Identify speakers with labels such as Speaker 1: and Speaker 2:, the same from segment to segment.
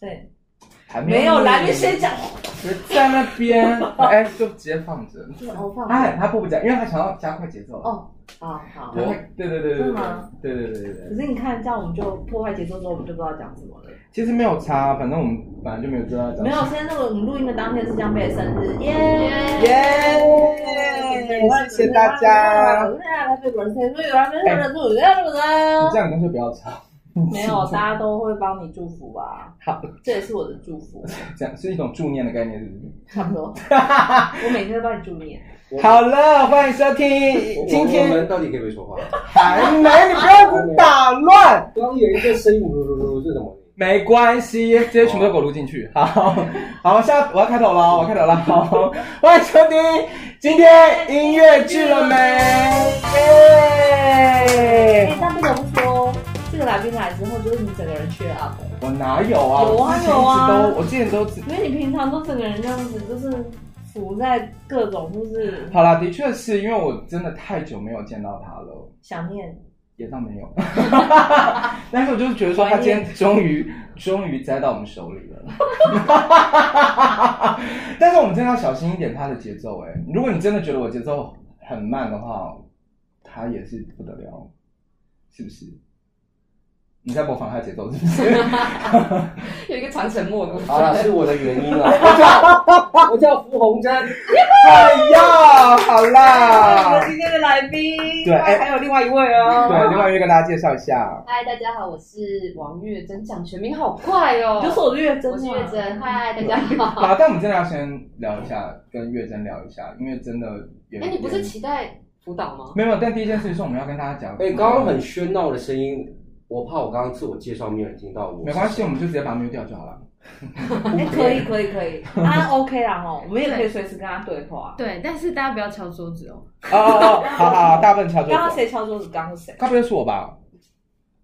Speaker 1: 对，
Speaker 2: 还
Speaker 1: 没有男女谁讲？
Speaker 2: 就在那边， 哎，就直接哦放着。
Speaker 1: 是我放
Speaker 2: 他很他不不讲，因为他想要加快节奏。，
Speaker 1: 哦，好哎好。
Speaker 2: 对对对对对
Speaker 1: 是吗
Speaker 2: 对对对对
Speaker 1: 可
Speaker 2: 对。
Speaker 1: 是你看，这样我们就破坏节奏之后，我们就不知道讲什么了。
Speaker 2: 其实没有差，反正我们本来就没有知道要讲。
Speaker 1: 没有，现在我们录音的当天是江贝的生日，耶！
Speaker 2: 耶！谢谢大家。你这样干脆不要吵。
Speaker 1: 没有，大家都会帮你祝福吧？
Speaker 2: 好，
Speaker 1: 这也是我的祝福，
Speaker 2: 这样是一种助念的概念，是不是？
Speaker 1: 差不 多。我每天都帮你祝念。
Speaker 2: 好了，欢迎收听
Speaker 3: 我
Speaker 2: 今
Speaker 3: 我
Speaker 2: 天
Speaker 3: 们到底可以不可以说话？
Speaker 2: 还没，你不要打乱，
Speaker 3: 刚刚有一个声音，噜噜噜，这是什么？
Speaker 2: 没关系，这些全部都给我录进去。好，好，下我要开头了，我要开头了。好，欢迎收听今天音乐剧了没？
Speaker 1: 哎
Speaker 2: 耶！，
Speaker 1: 但不得不说，这个来宾来之后，就是你整个人缺 up，
Speaker 2: 我哪有啊？
Speaker 1: 有啊
Speaker 2: 我之前
Speaker 1: 有啊
Speaker 2: 一直都，我之前都只
Speaker 1: 因为你平常都整个人这样子，就是浮在各种就是
Speaker 2: 好啦，的确是因为我真的太久没有见到他了，
Speaker 1: 想念。
Speaker 2: 也倒没有。 但是我就是觉得说，他今天终于终于栽到我们手里了。 但是我们真的要小心一点他的节奏哎、如果你真的觉得我节奏很慢的话，他也是不得了，是不是？你在模仿他的节奏是不 是？
Speaker 1: 有一个长沉默的部
Speaker 3: 好了，是我的原因了。我叫我叫傅红珍，
Speaker 2: 哎呀，好啦
Speaker 1: 我， 们今天的来宾，
Speaker 2: 对哎
Speaker 1: 还有另外一位哦。
Speaker 2: 对，另外一位跟大家介绍一下，
Speaker 4: 嗨，大家好，我是王月珍，讲全名好快哦。
Speaker 1: 你就说我是月真
Speaker 4: 我
Speaker 1: 吗
Speaker 4: 是月珍，嗨，大家 好。
Speaker 2: 好，但我们真的要先聊一下，跟月珍聊一下，因为真的有一点。
Speaker 4: 哎，你不是期待辅导吗？
Speaker 2: 没有，但第一件事情是我们要跟大家讲。
Speaker 3: 哎，刚刚很喧闹的声音，我怕我刚刚自我介绍没有人听到我。
Speaker 2: 没关系，我们就直接把它 mute 掉就好了。
Speaker 1: 哎，可以可以可 以，啊 OK 啦吼，我们也可以随时跟他对话。
Speaker 5: 对，但是大家不要敲桌 子哦。
Speaker 2: 哦哦哦，好好，好大笨敲桌
Speaker 1: 刚刚
Speaker 2: 子，
Speaker 1: 谁敲桌子？刚刚是谁？
Speaker 2: 该不会是我吧？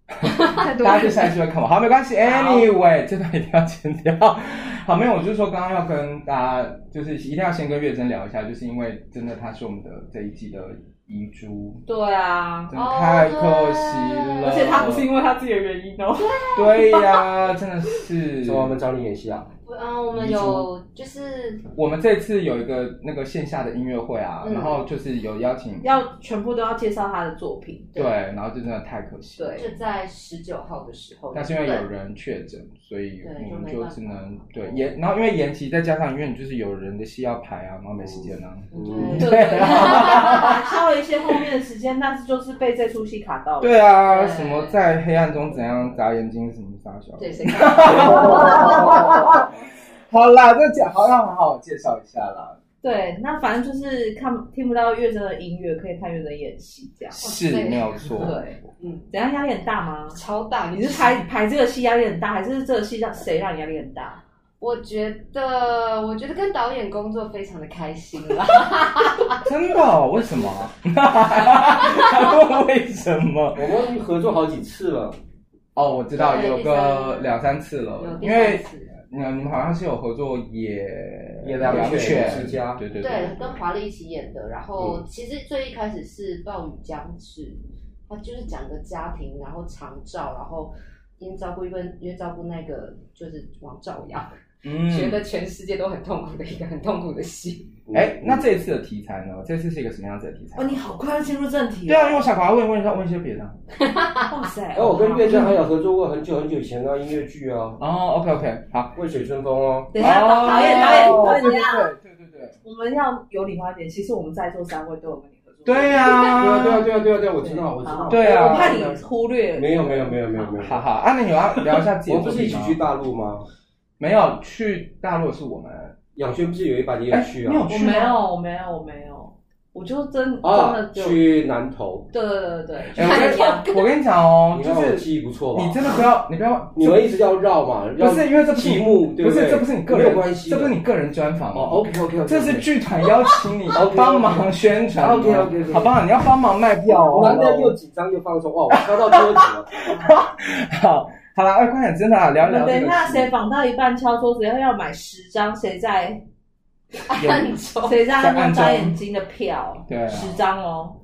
Speaker 5: 太多
Speaker 2: 大家就下一次会看我。好，没关系。
Speaker 1: 好
Speaker 2: Anyway，这段一定要剪掉。好，没有，我就是说刚刚要跟大家，就是一定要先跟月珍聊一下，就是因为真的她是我们的这一季的遗珠，
Speaker 1: 对啊，
Speaker 2: 真的太可惜了。
Speaker 1: 而且他不是因为他自己的原因哦。
Speaker 2: 对呀、真的 是。
Speaker 3: 说我们找你演戏啊？
Speaker 4: 我嗯，我们有就是
Speaker 2: 我们这次有一个那个线下的音乐会啊，
Speaker 4: 嗯
Speaker 2: 然后就是有邀请，
Speaker 1: 要全部都要介绍他的作品。
Speaker 2: 对，然后就真的太可惜了。
Speaker 1: 对
Speaker 4: 就在十九号的时候，
Speaker 2: 但是因为有人确诊，所以
Speaker 4: 对
Speaker 2: 我们
Speaker 4: 就没
Speaker 2: 就
Speaker 4: 办法
Speaker 2: 只能对延，然后因为延期，再加上因为你就是有人的戏要排啊，然后没时间啊。
Speaker 4: 嗯
Speaker 1: 对， 敲了一些后面的时间，但是就是被这出戏卡到了。
Speaker 2: 对啊，
Speaker 4: 哦对
Speaker 2: 什么在黑暗中怎样眨眼睛，什么傻小。
Speaker 4: 对，谁看？
Speaker 2: 好啦，这讲好让我好好介绍一下啦。
Speaker 1: 对，那反正就是看听不到月真的音乐，可以看月真演戏这样。
Speaker 2: 是
Speaker 4: 对
Speaker 2: 没有错。
Speaker 1: 对，
Speaker 4: 嗯，
Speaker 1: 等一下压力很大吗？
Speaker 4: 超大，
Speaker 1: 你
Speaker 4: 你
Speaker 1: 是
Speaker 4: 是拍？
Speaker 1: 排排这个戏压力很大，还是这个戏让谁让你压力很大？
Speaker 4: 我觉得，我觉得跟导演工作非常的开心啦。
Speaker 2: 真的哦、为什么？为什么？
Speaker 3: 我们合作好几次了，
Speaker 2: 哦，我知道
Speaker 4: 对
Speaker 2: 有个两三次了
Speaker 4: 有，第
Speaker 2: 因
Speaker 4: 三
Speaker 2: 为
Speaker 4: 次，
Speaker 2: 嗯，你们好像是有合作野
Speaker 3: 野良犬
Speaker 2: 犬
Speaker 3: 之家
Speaker 2: 对对
Speaker 4: 对，跟华丽一起演的。然后其实最一开始是《暴雨将至》，它就是讲个家庭，然后长照，然后因为照顾一个，因为照顾那个就是王兆阳，
Speaker 2: 嗯
Speaker 4: 觉得全世界都很痛苦的一个很痛苦的戏。
Speaker 2: 哎，那这一次的题材呢？这次是一个什么样子的题材？
Speaker 1: 哦，你好快要进入正题
Speaker 2: 对啊，因为我想把它问问一下，问一些别的。
Speaker 1: 哇塞！
Speaker 3: 哎，我跟岳正还有合作过很久很久以前的音乐剧啊，
Speaker 2: 哦，OK OK，好。哦
Speaker 3: 《渭水春风》哦。
Speaker 1: 等一下，导导演，导演，导演，
Speaker 2: 对
Speaker 1: 等一下，
Speaker 2: 对对对对
Speaker 1: 我们要有礼貌一点。其实我们在座三位都有跟你合作。
Speaker 2: 对
Speaker 3: 对啊，对啊，
Speaker 2: 呀，
Speaker 3: 对啊，对啊，对啊，我知道，我知道。
Speaker 2: 对啊
Speaker 1: 我怕你忽略。
Speaker 3: 没有，没有，没有，没有，没有。
Speaker 2: 好好，啊，那你有要聊一下自己
Speaker 3: 我
Speaker 2: 的
Speaker 3: 们
Speaker 2: 作
Speaker 3: 不是一
Speaker 2: 品
Speaker 3: 起
Speaker 2: 吗？
Speaker 3: 去大陆吗？
Speaker 2: 没有去大陆的是我们，
Speaker 3: 养轩不是有一版你也去
Speaker 2: 哎
Speaker 3: 啊？
Speaker 1: 我没有，我哦没有，我没有，我就真真
Speaker 3: 啊
Speaker 1: 的，就
Speaker 3: 去南投。
Speaker 1: 对对对对，
Speaker 2: 哎，我跟我跟你讲哦，
Speaker 3: 你
Speaker 2: 就
Speaker 3: 看我
Speaker 2: 是
Speaker 3: 记忆不错吧？
Speaker 2: 你真的不要，你不要，
Speaker 3: 你们一直要绕嘛？
Speaker 2: 不
Speaker 3: 绕
Speaker 2: 是因为这不是
Speaker 3: 题目，对
Speaker 2: 不
Speaker 3: 对？
Speaker 2: 是这不是你个
Speaker 3: 没
Speaker 2: 人
Speaker 3: 有关系
Speaker 2: 这
Speaker 3: 的，
Speaker 2: 不是你个人专访
Speaker 3: 哦。OK OK，
Speaker 2: 这是剧团邀请你
Speaker 3: OK，OK
Speaker 2: 帮忙宣传吗
Speaker 3: OK，OK，OK
Speaker 2: 好不好？你要帮忙卖票哦。
Speaker 3: 难得
Speaker 2: hello
Speaker 3: 又紧张又放松，哇！我敲到桌子了。
Speaker 2: 好，好了，哎，快点，真的啊聊
Speaker 1: 我
Speaker 2: 一聊
Speaker 1: 们
Speaker 2: 这
Speaker 1: 等
Speaker 2: 个题。
Speaker 1: 一下谁仿到一半敲桌子，要要买十张，谁在
Speaker 4: 暗中
Speaker 1: 谁在
Speaker 2: 在
Speaker 1: 那
Speaker 2: 暗
Speaker 1: 张
Speaker 2: 中
Speaker 1: 眨眼睛的票，
Speaker 2: 对啊
Speaker 1: 十张哦。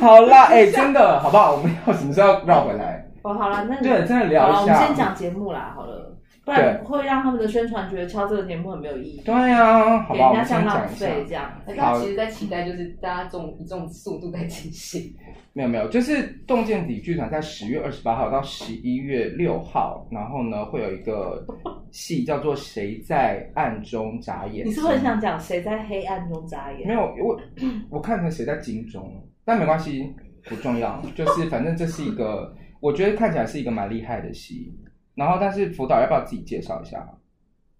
Speaker 2: 好啦，哎、真的好不好？我们要什么时候绕回来？
Speaker 1: 哦，好了，那你
Speaker 2: 对，真的聊
Speaker 1: 好了，
Speaker 2: 一
Speaker 1: 我
Speaker 2: 下。
Speaker 1: 们先讲节目啦，好了，不然会让他们的宣传觉得敲这个节目很没有意义，
Speaker 2: 对呀、好
Speaker 1: 给人
Speaker 2: 吧，我
Speaker 1: 家
Speaker 2: 们
Speaker 1: 像
Speaker 2: 先
Speaker 1: 浪
Speaker 2: 讲一下。
Speaker 1: 费这样。
Speaker 4: 大家其实在期待就是大家中一中速度在进行，
Speaker 2: 没有没有，就是洞见底剧场在十月二十八号到十一月六号，然后呢会有一个戏叫做《谁在暗中眨眼
Speaker 1: 你
Speaker 2: 睛》。
Speaker 1: 是不是很想讲谁在黑暗中眨眼？
Speaker 2: 没有我，我看成谁在金钟，但没关系，不重要。就是反正这是一个，我觉得看起来是一个蛮厉害的戏。然后，但是辅导要不要自己介绍一下？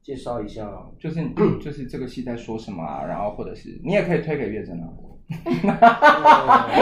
Speaker 3: 介绍一 下啊，
Speaker 2: 就是就是这个戏在说什么啊？然后或者是你也可以推给月珍啊。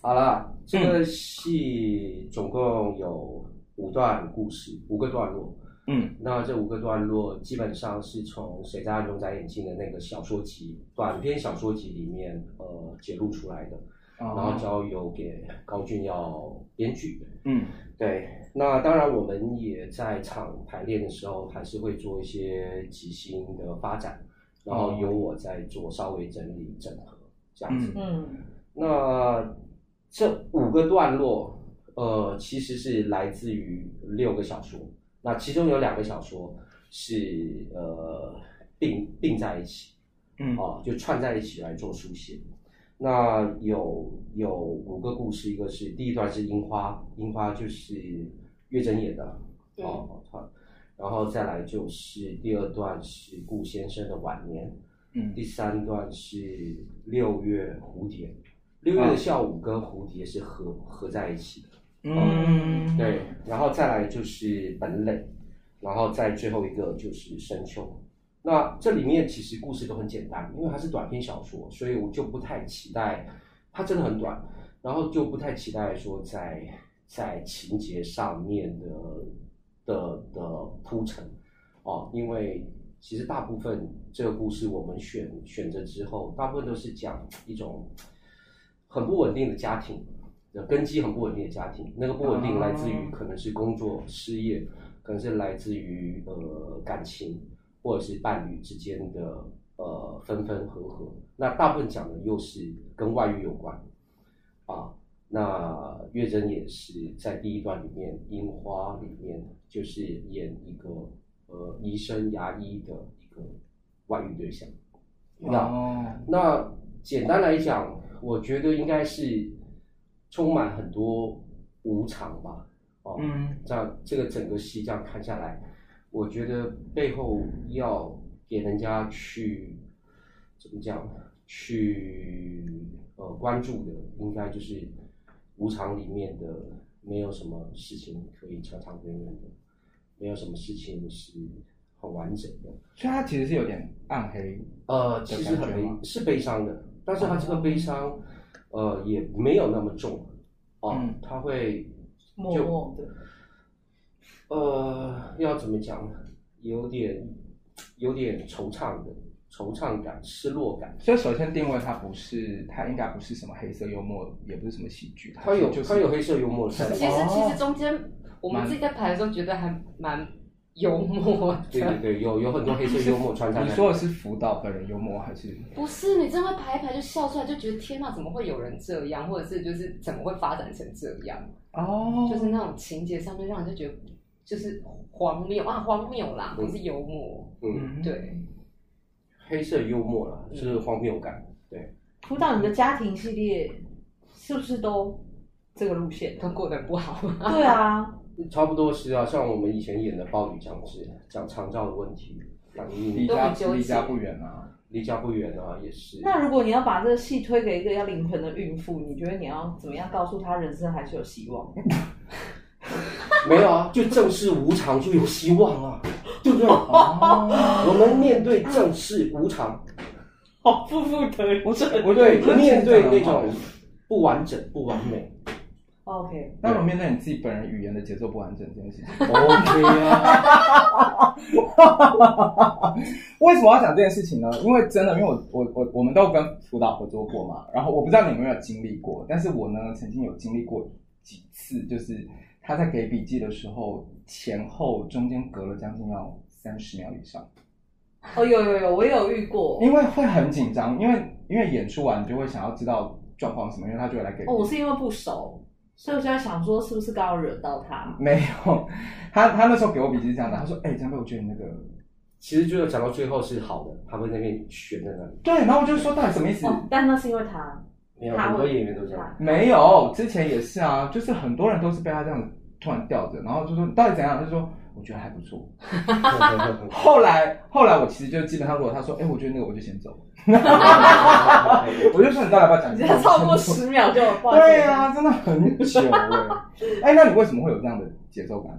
Speaker 3: 好啦，这个戏总共有五段故事，五个段落。
Speaker 2: 嗯
Speaker 3: 那这五个段落基本上是从《谁在暗中眨眼睛》的那个小说集、短篇小说集里面呃解露出来的，然后
Speaker 2: 哦，
Speaker 3: 交由给高俊耀编剧。
Speaker 2: 嗯
Speaker 3: 对，那当然我们也在场排练的时候，还是会做一些即兴的发展，然后由我在做稍微整理整合这样子。
Speaker 2: 嗯
Speaker 1: 嗯，
Speaker 3: 那这五个段落，呃，其实是来自于六个小说，那其中有两个小说是呃并并在一起
Speaker 2: 嗯
Speaker 3: 啊、就串在一起来做书写。那有有五个故事，一个是第一段是樱花，樱花就是岳真演的
Speaker 4: 嗯
Speaker 3: 哦，好然后再来就是第二段是顾先生的晚年，
Speaker 2: 嗯
Speaker 3: 第三段是六月蝴蝶，六月的下午跟蝴蝶是合合在一起的，
Speaker 2: 嗯，
Speaker 3: 对，然后再来就是本垒，然后再最后一个就是深秋。那这里面其实故事都很简单，因为它是短篇小说，所以我就不太期待，它真的很短，然后就不太期待说在在情节上面的的的铺陈哦，因为其实大部分这个故事我们选选择之后，大部分都是讲一种很不稳定的家庭，呃根基很不稳定的家庭，那个不稳定
Speaker 2: 哦
Speaker 3: 来自于可能是工作失业，可能是来自于呃感情或者是伴侣之间的呃分分合合，那大部分讲的又是跟外遇有关啊。那月珍也是在第一段里面，《樱花》里面就是演一个呃医生牙医的一个外遇对象。那
Speaker 2: 哦，
Speaker 3: 那简单来讲，我觉得应该是充满很多无常吧。哦，
Speaker 2: 嗯
Speaker 3: 这样这个整个戏这样看下来，我觉得背后要给人家去怎么讲，去呃关注的，应该就是无常里面的，没有什么事情可以长长远远的，没有什么事情是很完整的。
Speaker 2: 所以它其实是有点暗黑。
Speaker 3: 呃，其实很
Speaker 2: 感觉吗
Speaker 3: 悲是悲伤的，但是他这个悲伤，呃，也没有那么重，哦、
Speaker 2: 嗯
Speaker 3: 他会
Speaker 1: 默
Speaker 3: 就
Speaker 1: 默的，
Speaker 3: 呃，要怎么讲呢？有点有点惆怅的惆怅感、失落感。
Speaker 2: 所以首先定位它不是，它应该不是什么黑色幽默，也不是什么喜剧，
Speaker 3: 他有
Speaker 2: 就是
Speaker 3: 他有黑色幽默的成
Speaker 4: 其
Speaker 3: 分，
Speaker 4: 实其
Speaker 2: 哦
Speaker 4: 实中间我们自己在排的时候觉得还蛮幽默
Speaker 3: 对对
Speaker 4: 的，
Speaker 3: 对，有有很多黑色幽默穿插
Speaker 2: 你
Speaker 3: 在。
Speaker 2: 说的是辅导本人幽默还是？
Speaker 4: 不是你真的会排一排就笑出来，就觉得天哪，怎么会有人这样，或者是就是怎么会发展成这样？
Speaker 2: 哦
Speaker 4: 就是那种情节上面让人就觉得就是荒谬啊，荒谬啦，不是幽默。
Speaker 3: 嗯，
Speaker 2: 嗯，
Speaker 4: 对，
Speaker 3: 黑色幽默啦，是荒谬感。
Speaker 1: 辅导你的家庭系列是不是都这个路 线？
Speaker 4: 都过得不好。
Speaker 1: 对啊，
Speaker 3: 差不多是啊，像我们以前演的《暴雨将至》，讲长照的问题，反
Speaker 2: 离
Speaker 3: 映
Speaker 4: 都
Speaker 2: 家
Speaker 4: 很纠结
Speaker 2: 离家不远啊。
Speaker 3: 离家不远啊，也是。
Speaker 1: 那如果你要把这个戏推给一个要临盆的孕妇，你觉得你要怎么样告诉她人生还是有希望？
Speaker 3: 没有啊，就正视无常就有希望啊，对不对？
Speaker 2: 哦，
Speaker 3: 我们面对正视无常，
Speaker 1: 好负负得
Speaker 2: 我这
Speaker 3: 不对，面对那种不完整、不完美
Speaker 1: 哦 OK，
Speaker 2: 那种面对你自己本人语言的节奏不完整这件事情，
Speaker 3: ，OK 啊，
Speaker 2: 为什么要讲这件事情呢？因为真的，因为我我我我们都有跟辅导合作过嘛，然后我不知道你们有没有经历过，但是我呢曾经有经历过几次，就是他在给笔记的时候，前后中间隔了将近要三十秒以上，
Speaker 1: 哦有有有，我也有遇过。
Speaker 2: 因为会很紧
Speaker 1: 哦
Speaker 2: 张，因为因为演出完你就会想要知道状况是什么，因为他就会来给
Speaker 1: 哦，我是因为不熟，所以我就在想说，是不是刚好惹到他？
Speaker 2: 没有，他他那时候给我笔记是这样的，他说：“哎、江贝，我觉得你那个……
Speaker 3: 其实就是讲到最后是好的，他会在那边悬在那里，
Speaker 2: 对。”然后我就说：“到底什么意思？”
Speaker 1: 哦，但那是因为他，
Speaker 3: 没有
Speaker 1: 他
Speaker 3: 很
Speaker 1: 会
Speaker 3: 多演员都这 样。
Speaker 1: 他
Speaker 2: 没有，之前也是啊，就是很多人都是被他这样子突然吊着，然后就说到底怎样，他就说我觉得还不错。后来后来我其实就基本上，如果他说哎、我觉得那个我就先走， 我就说你到底要不要讲？
Speaker 1: 你只要超过十秒就有报警
Speaker 2: 对啊，真的很久哎、哎，那你为什么会有这样的节奏感呢？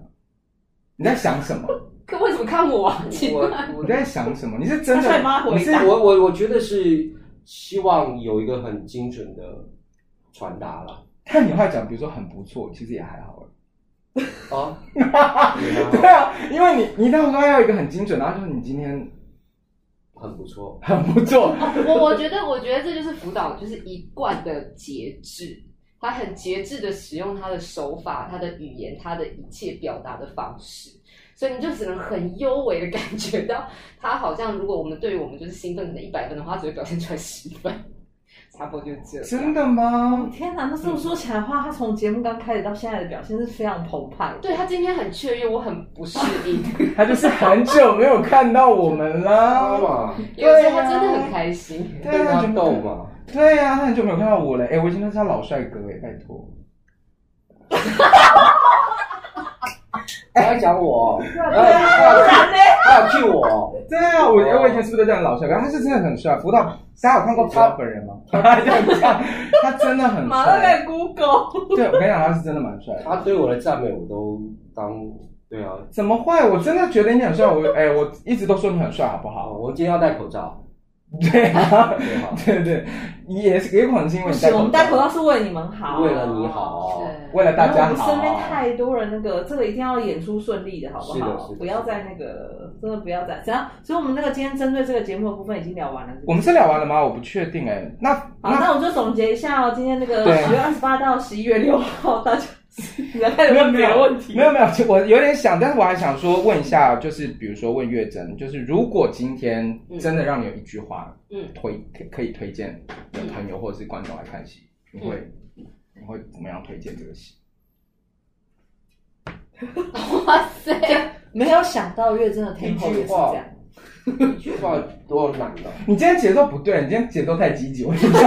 Speaker 2: 你在想什么？
Speaker 4: 可为什么看我啊？奇怪
Speaker 3: 我
Speaker 2: 你在想什么？你是真
Speaker 1: 他
Speaker 2: 的
Speaker 1: 在帮他？回
Speaker 2: 你是
Speaker 1: 答
Speaker 3: 我我我觉得是希望有一个很精准的传达啦。
Speaker 2: 看你后来讲，比如说很不错，其实也还好。
Speaker 3: 哦，
Speaker 2: 对啊，因为你你到时候要有一个很精准，然后就是你今天
Speaker 3: 很不错，
Speaker 2: 很不错，
Speaker 4: 我我觉得，我觉得这就是辅导，就是一贯的节制，他很节制的使用他的手法、他的语言、他的一切表达的方式，所以你就只能很优美的感觉到，他好像如果我们对于我们就是兴奋可能一百分的话，他只会表现出来十分，差不多就是这样。
Speaker 2: 真的吗？
Speaker 1: 天哪，那这么说起来的话，他从节目刚开始到现在的表现是非常澎湃的。
Speaker 4: 对他今天很雀跃，我很不适应，
Speaker 2: 他就是很久没有看到我们
Speaker 3: 啊
Speaker 2: 啦。
Speaker 3: 嘛，
Speaker 4: 因为他真的很开心。
Speaker 2: 对
Speaker 3: 被
Speaker 2: 啊，
Speaker 3: 他
Speaker 2: 很久
Speaker 3: 逗
Speaker 2: 没有
Speaker 3: 嘛，
Speaker 2: 对呀、他很久没有看到我了。哎、我已经认识他老帅哥哎，拜托。
Speaker 3: 哎他要讲我，他
Speaker 1: 对啊
Speaker 3: 要
Speaker 1: 然嘞
Speaker 3: 他要 cue 我，
Speaker 2: 对啊，我
Speaker 3: 哦
Speaker 2: 我以前是不是都叫你老帅哥？他是真的很帅。辅导，大家有看过他本人吗？他真的很
Speaker 1: 马上
Speaker 2: 帅
Speaker 1: 在。Google，
Speaker 2: 对，我跟你讲，他是真的蛮帅的。
Speaker 3: 他对我的赞美我都当对啊。
Speaker 2: 怎么会？我真的觉得你很帅。我哎、我一直都说你很帅，好不
Speaker 3: 好，
Speaker 2: 好？
Speaker 3: 我们今天要戴口罩，
Speaker 2: 对啊，
Speaker 3: 对吧？
Speaker 2: 对对，也是也可能是因为
Speaker 1: 不
Speaker 2: 你戴
Speaker 1: 行，
Speaker 2: 口
Speaker 1: 我
Speaker 2: 罩
Speaker 1: 们戴口罩是为你们好，
Speaker 3: 为了你。好，
Speaker 2: 为了大家
Speaker 1: 我们身边
Speaker 2: 好。
Speaker 1: 太多人那个，这个一定要演出顺利的，好不
Speaker 3: 是的
Speaker 1: 好？
Speaker 3: 是的
Speaker 1: 不要再那个，真的不要再。只要，所以我们那个今天针对这个节目的部分已经聊完了。是不是
Speaker 2: 我们是聊完了吗？我不确定哎、那
Speaker 1: 好，那我就总结一下哦，今天那个
Speaker 2: 对
Speaker 1: 十月二十八到十一月六号，大家你来开始
Speaker 2: 没有
Speaker 1: 问
Speaker 2: 没
Speaker 1: 别的
Speaker 2: 有
Speaker 1: 问题，啊
Speaker 2: 没有没有，我有点想，但是我还想说问一下，就是比如说问月珍，就是如果今天真的让你有一句话，
Speaker 4: 嗯
Speaker 2: 推可可以推荐你的朋友或者是观众来看戏，你会、你会怎么样推荐这个戏？
Speaker 4: 哇塞，
Speaker 1: 没有想到月真的 tempo 也是这样，
Speaker 3: 一句话多难啊的，
Speaker 2: 你今天节奏不对，你今天节奏太积极，我知道。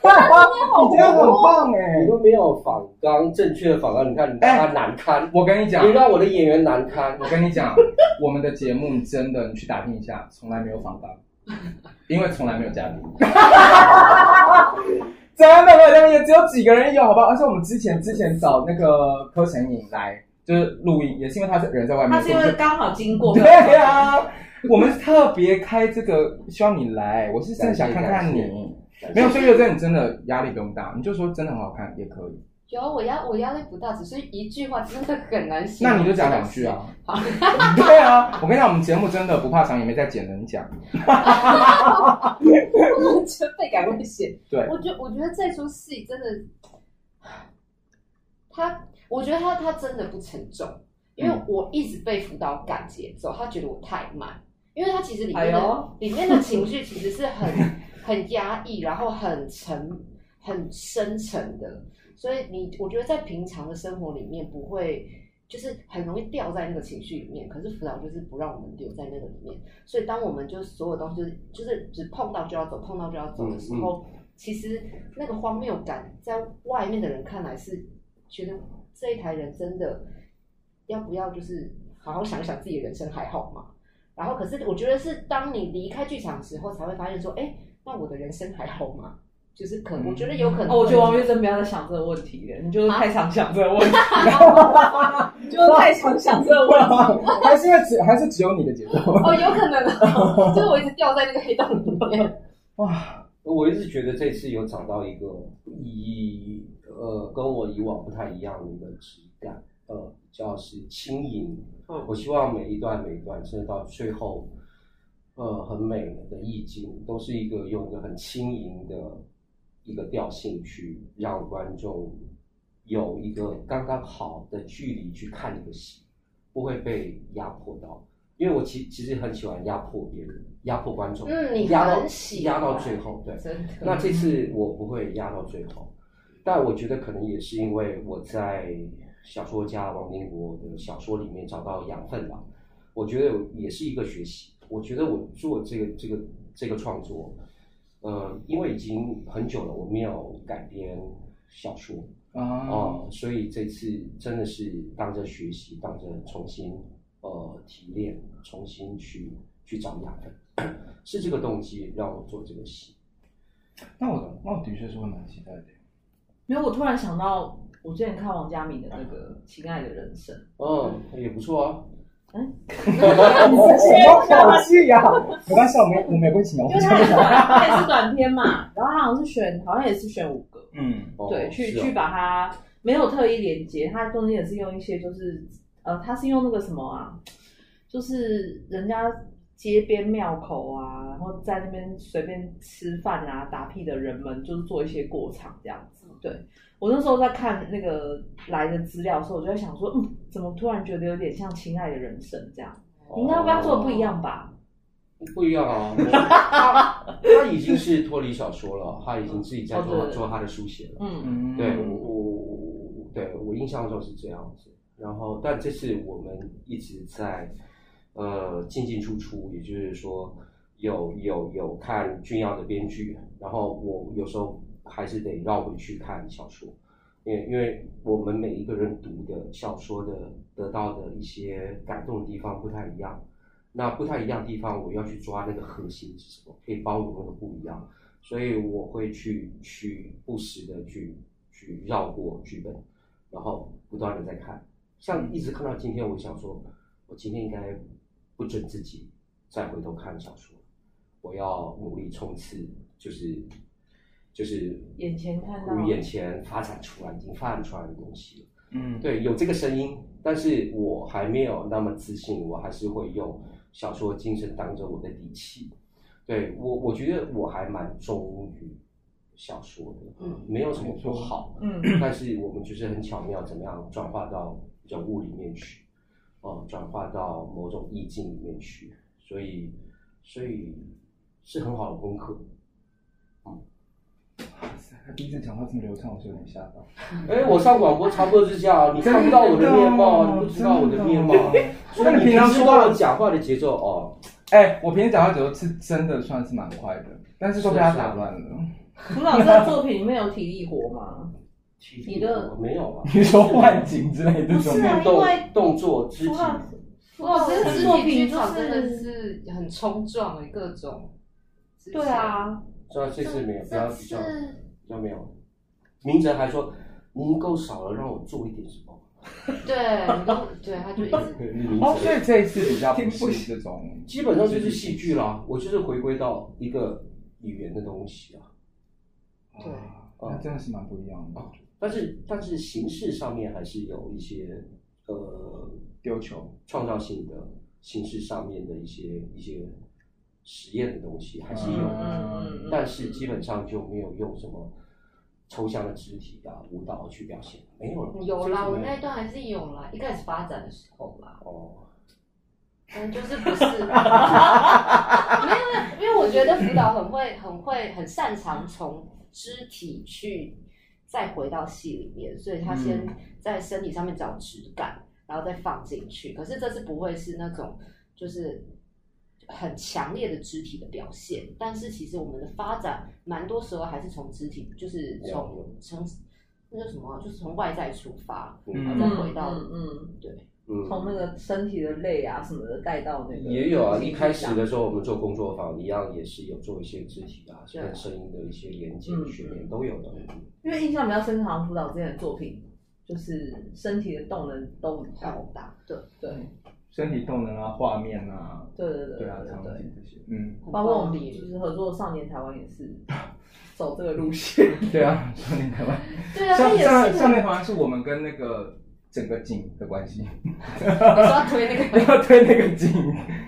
Speaker 2: 你今天很棒哎、
Speaker 3: 你都没有仿纲，正确的仿纲，你看你让他难堪，
Speaker 2: 我跟你讲
Speaker 3: 你，让我的演员难堪，
Speaker 2: 我跟你讲，我们的节目你真的，你去打听一下，从来没有访谈，因为从来没有嘉宾。 真的没有嘉宾，也只有几个人有，好吧？而且我们之前之前找那个柯晨颖来，就是录音，也是因为他人在外面，
Speaker 1: 他是因
Speaker 2: 所
Speaker 1: 为
Speaker 2: 以我们
Speaker 1: 刚好经过，
Speaker 2: 就 对呀、我们特别开这个，希望你来，我是真的想看看你
Speaker 3: 感谢感。
Speaker 2: 没有，所以月真，你真的压力不用大，你就说真的很好看也可以。
Speaker 4: 有我压我压力不大，只是一句话真的很难写。
Speaker 2: 那你就讲两句啊。对啊，我跟你讲，我们节目真的不怕长，也没在剪人讲。
Speaker 4: 真倍感危险。
Speaker 2: 对
Speaker 4: 我觉我觉得这出戏真的，他我觉得他他真的不沉重，因
Speaker 2: 嗯
Speaker 4: 为我一直被辅导赶节奏，他觉得我太慢，因为他其实里面的、
Speaker 1: 哎呦
Speaker 4: 里面的情绪其实是很 很压抑，然后很沉很深沉的，所以你我觉得在平常的生活里面不会。就是很容易掉在那个情绪里面，可是辅导就是不让我们留在那个里面，所以当我们就所有东西就是就是只碰到就要走，碰到就要走
Speaker 1: 嗯
Speaker 4: 的时候，其实那个荒谬感在外面的人看来是觉得这一台人真的要不要就是好好想一想自己的人生还好吗？然后可是我觉得是当你离开剧场的时候才会发现说，哎，那我的人生还好吗？就是可我觉得有可能
Speaker 1: 哦，我
Speaker 4: 会，
Speaker 1: 觉得王月珍不要再想这个问题了，你就是太常 想 这个问题，就是太常想这个问题。
Speaker 2: 还是因为只还是只有你的节 奏？
Speaker 4: 哦，有可能哦，就是我一直掉在那个黑洞里面。
Speaker 2: 哇，
Speaker 3: 我一直觉得这次有找到一个以呃跟我以往不太一样的一个质感，呃，叫是轻盈。
Speaker 4: 嗯
Speaker 3: 我希望每一段每一段，甚至到最后，呃，很美的意境，都是一个用一个很轻盈的一个调性去让观众有一个刚刚好的距离去看这个戏，不会被压迫到。因为我其其实很喜欢压迫别人，压迫观众，
Speaker 4: 嗯你
Speaker 3: 压到
Speaker 4: 很喜
Speaker 3: 压到
Speaker 4: 欢
Speaker 3: 最后，对。
Speaker 4: 真的。
Speaker 3: 那这次我不会压到最后，但我觉得可能也是因为我在小说家王宁国的小说里面找到养分吧。我觉得也是一个学习。我觉得我做这个这个这个创作，呃，因为已经很久了，我没有改编小说
Speaker 2: 啊
Speaker 3: 哦、，所以这次真的是当着学习，当着重新呃提炼，重新去去找养分， 是这个动机让我做这个戏。
Speaker 2: 那我那我的确是会蛮期待的。
Speaker 1: 没有，我突然想到，我之前看王佳敏的那个《亲爱的人生》，
Speaker 3: 嗯，也不错啊。
Speaker 2: 我笑戏呀，没关系，啊我们我们也不会请的，我
Speaker 1: 因为
Speaker 2: 们
Speaker 1: 它也是短，它也是短片嘛，然后它好像是选，好像也是选五个，
Speaker 2: 嗯，
Speaker 3: 哦
Speaker 1: 对，去
Speaker 3: 是啊
Speaker 1: 去把它没有特意连接，它中间也是用一些就是呃，它是用那个什么啊，就是人家街边庙口啊，然后在那边随便吃饭啊、打屁的人们，就是做一些过场这样子。对我那时候在看那个来的资料的时候，我就在想说，嗯，怎么突然觉得有点像《亲爱的人生》这样？你应该要跟他做的不一样吧？
Speaker 3: 哦不一样 啊，他他已经是脱离小说了，他已经自己在
Speaker 1: 哦对
Speaker 3: 做
Speaker 1: 对
Speaker 3: 做他的书写了。
Speaker 1: 嗯，
Speaker 2: 嗯
Speaker 3: 对我我对我印象中是这样子，然后但这次我们一直在呃进进出出，也就是说有有有看俊耀的编剧，然后我有时候还是得绕回去看小说，因为因为我们每一个人读的小说的得到的一些感动的地方不太一样。那不太一样的地方，我要去抓那个核心是什么，可以包容那个不一样，所以我会去去不时的去去绕过剧本，然后不断的在看，像一直看到今天，我想说，我今天应该不准自己再回头看小说，我要努力冲刺，就是就是
Speaker 1: 眼前看到
Speaker 3: 我眼前发展出来已经发展出来的东西了。
Speaker 2: 嗯，
Speaker 3: 对，有这个声音，但是我还没有那么自信，我还是会用小说精神当着我的底气。对我，我觉得我还蛮忠于小说的，
Speaker 4: 嗯
Speaker 3: 没有什么不好，
Speaker 1: 嗯，
Speaker 3: 但是我们就是很巧妙，怎么样转化到人物里面去，哦、转化到某种意境里面去，所以，所以是很好的功课。
Speaker 2: 第一次讲话这么流畅，我是有点吓到。
Speaker 3: 哎，我上广播差不多是这样，啊你看不到我的面貌，啊你不知道我的面貌。啊 所以你平常说话讲话的节奏哦，
Speaker 2: 哎，我平时讲话节奏是真的算是蛮快的，但是都被他打乱
Speaker 3: 啊
Speaker 2: 了。
Speaker 1: 涂老师的作品里面有体力活吗？你的
Speaker 3: 没有 吧？
Speaker 2: 你说幻景之类这种
Speaker 1: 不是，啊
Speaker 3: 动
Speaker 1: 因为
Speaker 3: 动作肢体
Speaker 1: 除了
Speaker 4: 不过这个肢
Speaker 1: 作
Speaker 4: 体
Speaker 1: 品
Speaker 4: 剧
Speaker 1: 就
Speaker 4: 场真的
Speaker 1: 是
Speaker 4: 是很冲撞哎，各种。
Speaker 1: 对，啊，
Speaker 3: 虽然这次没有，比较
Speaker 4: 这
Speaker 3: 比较
Speaker 4: 次
Speaker 3: 比较没有。明哲还说您够少了，让我做一点什么。
Speaker 4: 对，都对，他就 一直
Speaker 3: 明
Speaker 2: 哦，所
Speaker 3: 哲
Speaker 2: 以这一次比较不
Speaker 1: 听不
Speaker 2: 是这种，
Speaker 3: 基本上就是戏剧啦，我就是回归到一个语言的东西啊。
Speaker 4: 对
Speaker 2: 啊，那真的是蛮不一样的。
Speaker 3: 但是但是形式上面还是有一些呃
Speaker 2: 丢球，
Speaker 3: 创造性的形式上面的一些一些实验的东西还是有的。
Speaker 1: 嗯
Speaker 3: 但是基本上就没有用什么抽象的肢体啊、舞蹈去表现，没有了。
Speaker 4: 有啦，
Speaker 3: 就是
Speaker 4: 我
Speaker 3: 没有
Speaker 4: 那一段还是有啦，一开始发展的时候啦，
Speaker 3: 哦，
Speaker 4: 但嗯就是不是，没有， 没有因为我觉得辅导很会、很会、很擅长从肢体去再回到戏里面，所以他先
Speaker 2: 嗯
Speaker 4: 在身体上面找质感，然后再放进去。可是这次不会是那种就是很强烈的肢体的表现，但是其实我们的发展蛮多时候还是从肢体，就是从从那叫什么啊，就是从外在出发，然后
Speaker 2: 嗯
Speaker 4: 再回到
Speaker 1: 嗯嗯，
Speaker 4: 对。
Speaker 3: 嗯
Speaker 1: 从那个身体的累啊什么的带到那个
Speaker 3: 也有啊。
Speaker 1: 肢体
Speaker 3: 一开始
Speaker 1: 上
Speaker 3: 的时候，我们做工作坊一样，也是有做一些肢体啊、
Speaker 1: 对啊
Speaker 3: 跟声音的一些连接、
Speaker 1: 嗯
Speaker 3: 训练都有的。
Speaker 1: 因为印象比较深刻，好像辅导之前的作品就是身体的动能都很
Speaker 4: 到
Speaker 1: 高，
Speaker 4: 达，对，
Speaker 1: 对
Speaker 3: 嗯
Speaker 2: 身体动能啊，画面啊，
Speaker 1: 对对对
Speaker 2: 对啊，
Speaker 1: 对
Speaker 2: 场
Speaker 1: 对
Speaker 2: 景这些，嗯，
Speaker 1: 包括我们
Speaker 4: 理
Speaker 1: 就是合作少年台湾也 是走这个路线，
Speaker 2: 对啊， 少年台湾，
Speaker 4: 对啊，他
Speaker 2: 少
Speaker 4: 也
Speaker 2: 少
Speaker 4: 是
Speaker 2: 少年台湾是我们跟那个整个景的关系，
Speaker 4: 你说要推那个，
Speaker 2: 要推那个景，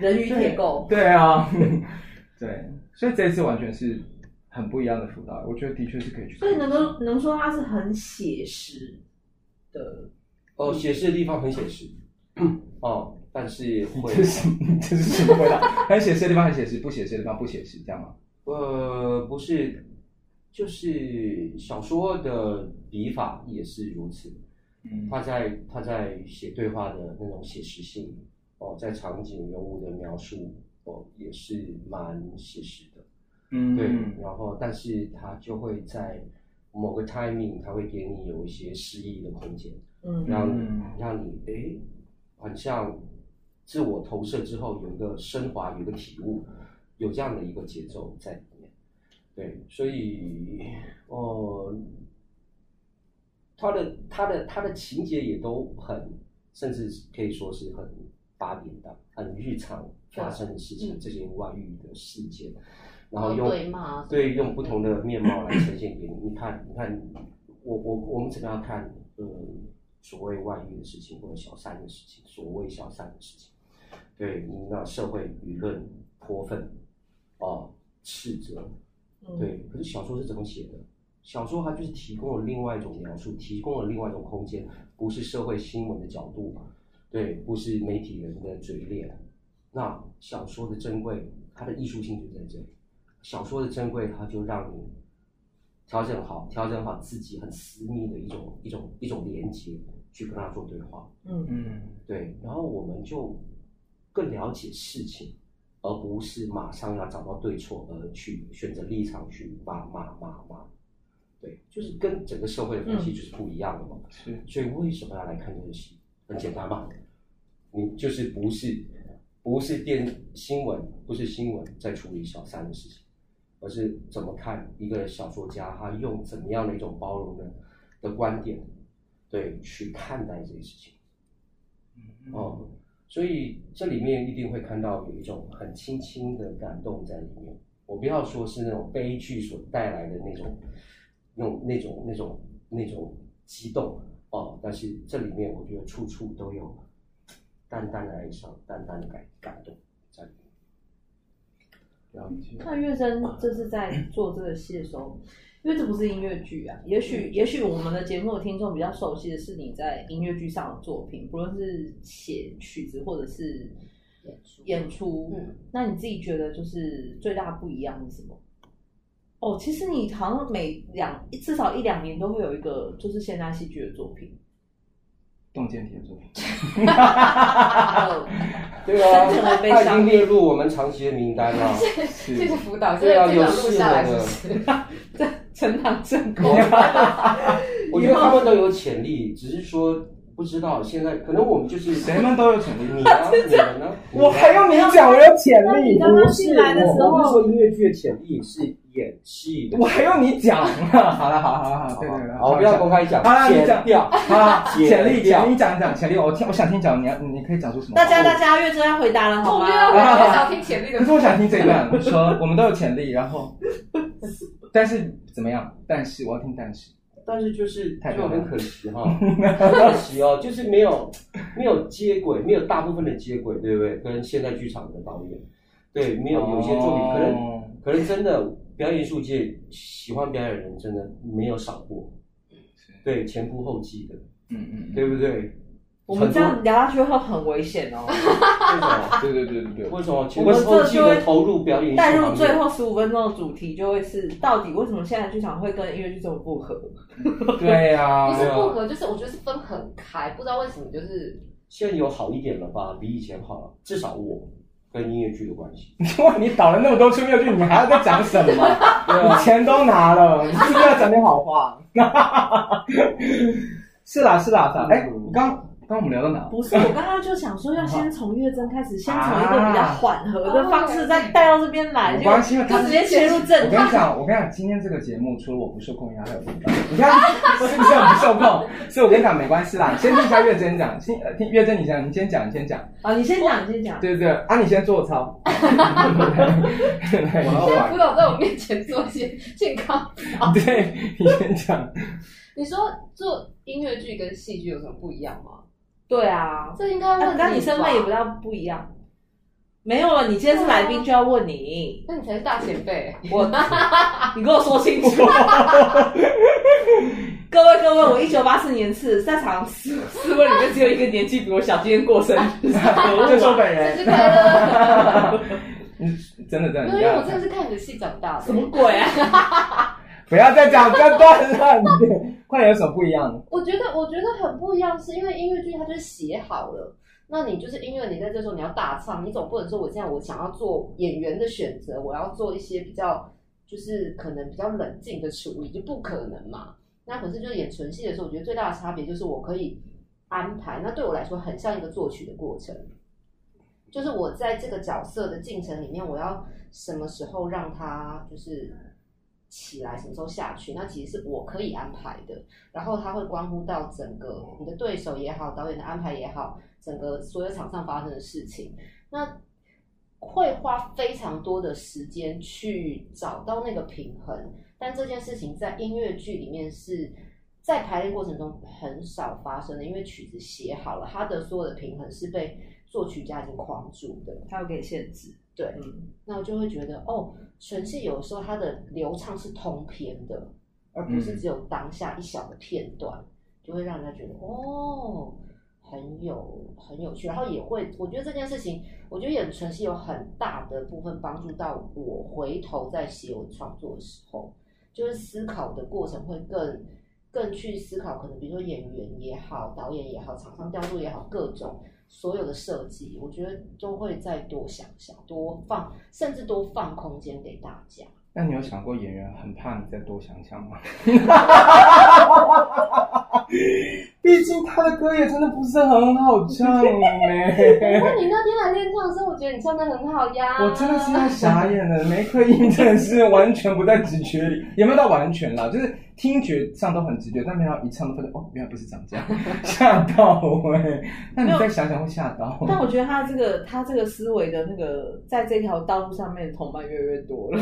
Speaker 1: 人鱼铁构，
Speaker 2: 对啊， 对，所以这一次完全是很不一样的辅导，我觉得的确是可以去看，
Speaker 1: 所以能够能说它是很写实的，嗯
Speaker 3: 哦，写实的地方很写实，哦，但是 会
Speaker 2: 这是这是什么 味道？很写实的地方很写实，不写实的地方不写实，这样吗？
Speaker 3: 呃，不是就是小说的笔法也是如此，
Speaker 2: 嗯，
Speaker 3: 他在他在写对话的那种写实性哦，在场景人物的描述哦也是蛮写实的，
Speaker 2: 嗯
Speaker 3: 对，然后但是他就会在某个 timing，他会给你有一些诗意的空间，
Speaker 1: 嗯
Speaker 3: 让你
Speaker 2: 嗯
Speaker 3: 让你诶，很像自我投射之后有一个升华，有一个体悟，有这样的一个节奏在里面。对，所以哦，他的他的他的情节也都很，甚至可以说是很八点档，很日常发生的事情，
Speaker 4: 嗯
Speaker 3: 这些外遇的事件，然
Speaker 4: 然后
Speaker 3: 后用
Speaker 4: 对骂，
Speaker 3: 对，用不同的面貌来呈现给你。你看，你看，我我我们怎么样看？呃，所谓外遇的事情，或者小三的事情，所谓小三的事情，对你那社会舆论泼粪啊、斥责，
Speaker 1: 嗯
Speaker 3: 对。可是小说是怎么写的？小说它就是提供了另外一种描述，提供了另外一种空间，不是社会新闻的角度，对，不是媒体人的嘴脸。那小说的珍贵，它的艺术性就在这里。小说的珍贵，它就让你调整好，调整好自己很私密的一种一种一种连接，去跟他做对话。
Speaker 1: 嗯
Speaker 2: 嗯
Speaker 3: 对，然后我们就更了解事情，而不是马上要找到对错而去选择立场去骂骂骂骂。对，就是跟整个社会的风气就是不一样的嘛。
Speaker 2: 是
Speaker 3: 所以为什么要来看这个戏？很简单嘛，你就是不是不是电新闻，不是新闻在处理小三的事情，而是怎么看一个小说家他用怎么样的一种包容的的观点，对去看待这些事情。
Speaker 2: 嗯
Speaker 3: 哦，所以这里面一定会看到有一种很轻轻的感动在里面。我不要说是那种悲剧所带来的那种、那种、那种、那种、那种激动哦，但是这里面我觉得处处都有淡淡的哀伤、淡淡的感感动在里面。
Speaker 2: 了解，
Speaker 1: 那月真这是在做这个戏的时候，因为这不是音乐剧啊，也
Speaker 4: 嗯
Speaker 1: 许也许我们的节目的听众比较熟悉的是你在音乐剧上的作品，不论是写曲子或者是
Speaker 4: 演出
Speaker 1: 演出，
Speaker 4: 嗯
Speaker 1: 那你自己觉得就是最大不一样是什么？哦，其实你好像每两至少一两年都会有一个就是现代戏剧的作 品，
Speaker 2: 洞见体的 作品，
Speaker 1: 哦
Speaker 3: 对啊
Speaker 1: 真的，悲伤
Speaker 3: 他已经列入我们长期的名单了。
Speaker 2: 是
Speaker 4: 这是辅导，这
Speaker 3: 对啊
Speaker 4: 个这
Speaker 3: 有
Speaker 4: 个录
Speaker 3: 事
Speaker 4: 下来
Speaker 3: 了
Speaker 4: 是不是？
Speaker 1: 这成长成功。
Speaker 4: 啊
Speaker 3: 我觉得他们都有潜力，只是说不知道现在可能我们就是
Speaker 2: 谁们都有潜力。
Speaker 3: 你啊，你们呢？你
Speaker 2: 我
Speaker 3: 呢
Speaker 2: 还用你讲我有潜
Speaker 1: 那
Speaker 2: 力
Speaker 1: 你？刚刚
Speaker 3: 不
Speaker 1: 进
Speaker 3: 是
Speaker 1: 来的时
Speaker 3: 我，我不是
Speaker 1: 候，
Speaker 3: 说音乐剧的潜力是演戏的。
Speaker 2: 我还用你讲？好了好了好了好了，
Speaker 3: 好
Speaker 2: 对对对，
Speaker 3: 吧好，不要公开讲
Speaker 2: 好啦，你
Speaker 3: 剪
Speaker 2: 讲
Speaker 3: 掉。
Speaker 2: 啊，潜力，
Speaker 3: 剪掉
Speaker 2: 潜力讲一讲，潜力，我听，我想听讲，你要，你可以讲出什么？
Speaker 1: 大家大家月真要回答了好
Speaker 4: 我
Speaker 1: 吗
Speaker 4: 没？有，我很少听潜力的
Speaker 2: 可是我想听这一段，说我们都有潜力，然后，但是怎么样？但是我要听，但是
Speaker 3: 但是就是
Speaker 2: 太
Speaker 3: 就
Speaker 2: 漂亮
Speaker 3: 很可惜哈，很可惜哦，就是没有没有接轨，没有大部分的接轨，对不对？跟现代剧场的导演，对，没有有些作
Speaker 2: 哦
Speaker 3: 品可能
Speaker 2: 能
Speaker 3: 可能真的表演艺术界喜欢表演的人真的没有少过，对，前仆后继的，
Speaker 2: 嗯嗯，
Speaker 3: 对不对？
Speaker 1: 我们这样聊下去会很危险哦。
Speaker 3: 为什么？
Speaker 2: 对对对对对，
Speaker 3: 为什么前
Speaker 1: 我
Speaker 3: 仆
Speaker 1: 们
Speaker 3: 后
Speaker 1: 这
Speaker 3: 继
Speaker 1: 就会
Speaker 3: 的投入表演艺术
Speaker 1: 带入
Speaker 3: 行
Speaker 1: 最
Speaker 3: 业
Speaker 1: 后十五分钟的主题就会是，到底为什么现在剧场会跟音乐剧这么不合？
Speaker 2: 对呀
Speaker 4: 不，是
Speaker 3: 对啊
Speaker 4: 不合，就是我觉得是分很开，不知道为什么就是
Speaker 3: 现在有好一点了吧，比以前好了，至少我跟音乐剧的关系。
Speaker 2: 哇，你导了那么多出乐剧，你还要再讲什么？
Speaker 3: 对
Speaker 2: 你，钱都拿了，你是不是要讲点好话？ 是啦是啦是啦，哎，你刚刚我们聊到哪？
Speaker 1: 不是，我刚刚就想说要先从月真开始，先从一个比较缓和的方式，
Speaker 4: 啊
Speaker 1: 再带到这边 来，就
Speaker 2: 没关系，因为他
Speaker 1: 就直接切入正
Speaker 2: 我跟你
Speaker 1: 题。
Speaker 2: 讲，我跟你讲，今天这个节目除了我不受控以外，还有你。你看是不是很不受控？ 所以我跟你讲没关系啦，先听一下月真讲，先呃听月真你讲，你先讲，你先讲，
Speaker 1: 啊，你先讲，你先讲。
Speaker 2: 对对对，啊你先做操，
Speaker 3: 我要
Speaker 4: 现在
Speaker 3: 反
Speaker 4: 辅导在我面前做一些健康。
Speaker 2: 对， 你先讲，
Speaker 4: 你说做音乐剧跟戏剧有什么不一样吗？
Speaker 1: 对啊，
Speaker 4: 这应该问
Speaker 1: 那
Speaker 4: 你
Speaker 1: 但你
Speaker 4: 吧
Speaker 1: 身份也不，大不一样。没有了，你今天是来宾就要问你，
Speaker 4: 那你才是大前辈。
Speaker 1: 我，你跟我说清楚。各位各位，我一九八四年次，在场四四位里面只有一个年纪比我小，今天过生 日，
Speaker 2: 就说本
Speaker 4: 生
Speaker 2: 人，
Speaker 4: 日快乐！
Speaker 2: 真的真的，你
Speaker 4: 没有，
Speaker 2: 不
Speaker 4: 因为
Speaker 2: 要
Speaker 4: 我真的是看你的戏长大的。
Speaker 1: 什么鬼啊？
Speaker 2: 不要再讲，不要断 了，你快点有什么不一样？
Speaker 4: 我觉得我觉得很不一样，是因为音乐剧它就是写好了，那你就是音乐，你在这时候你要大唱，你总不能说我现在我想要做演员的选择，我要做一些比较就是可能比较冷静的处理，就不可能嘛。那可是就是演纯戏的时候，我觉得最大的差别就是我可以安排，那对我来说很像一个作曲的过程，就是我在这个角色的进程里面，我要什么时候让它就是起来，什么时候下去，那其实是我可以安排的。然后它会关乎到整个你的对手也好，导演的安排也好，整个所有场上发生的事情，那会花非常多的时间去找到那个平衡。但这件事情在音乐剧里面是在排练过程中很少发生的，因为曲子写好了，它的所有的平衡是被作曲家已经框住的。
Speaker 1: 他有给限制，
Speaker 4: 对，
Speaker 1: 嗯，
Speaker 4: 那我就会觉得哦，纯戏有时候它的流畅是通篇的，而不是只有当下一小的片段，就会让人家觉得哦，很有很有趣。然后也会，我觉得这件事情，我觉得演纯戏有很大的部分帮助到我回头在写我创作的时候，就是思考的过程会更。更去思考，可能比如说演员也好，导演也好，场上调度也好，各种所有的设计，我觉得都会再多想想，多放，甚至多放空间给大家。
Speaker 2: 那你有想过演员很怕你再多想想 吗？毕竟他的歌也真的不是很好唱
Speaker 4: 不
Speaker 2: 呢。
Speaker 4: 过你那天来练唱的时候，我觉得你唱的很好呀。
Speaker 2: 我真的是要傻眼了，玫瑰音真的是完全不在直觉里，也没有到完全啦，就是听觉上都很直觉，但没想到一唱都发现哦，原来不是长这 样，吓到我哎、那你再想想会吓到。
Speaker 1: 但我觉得他这个他这个思维的那个，在这条道路上面的同伴越来越多了，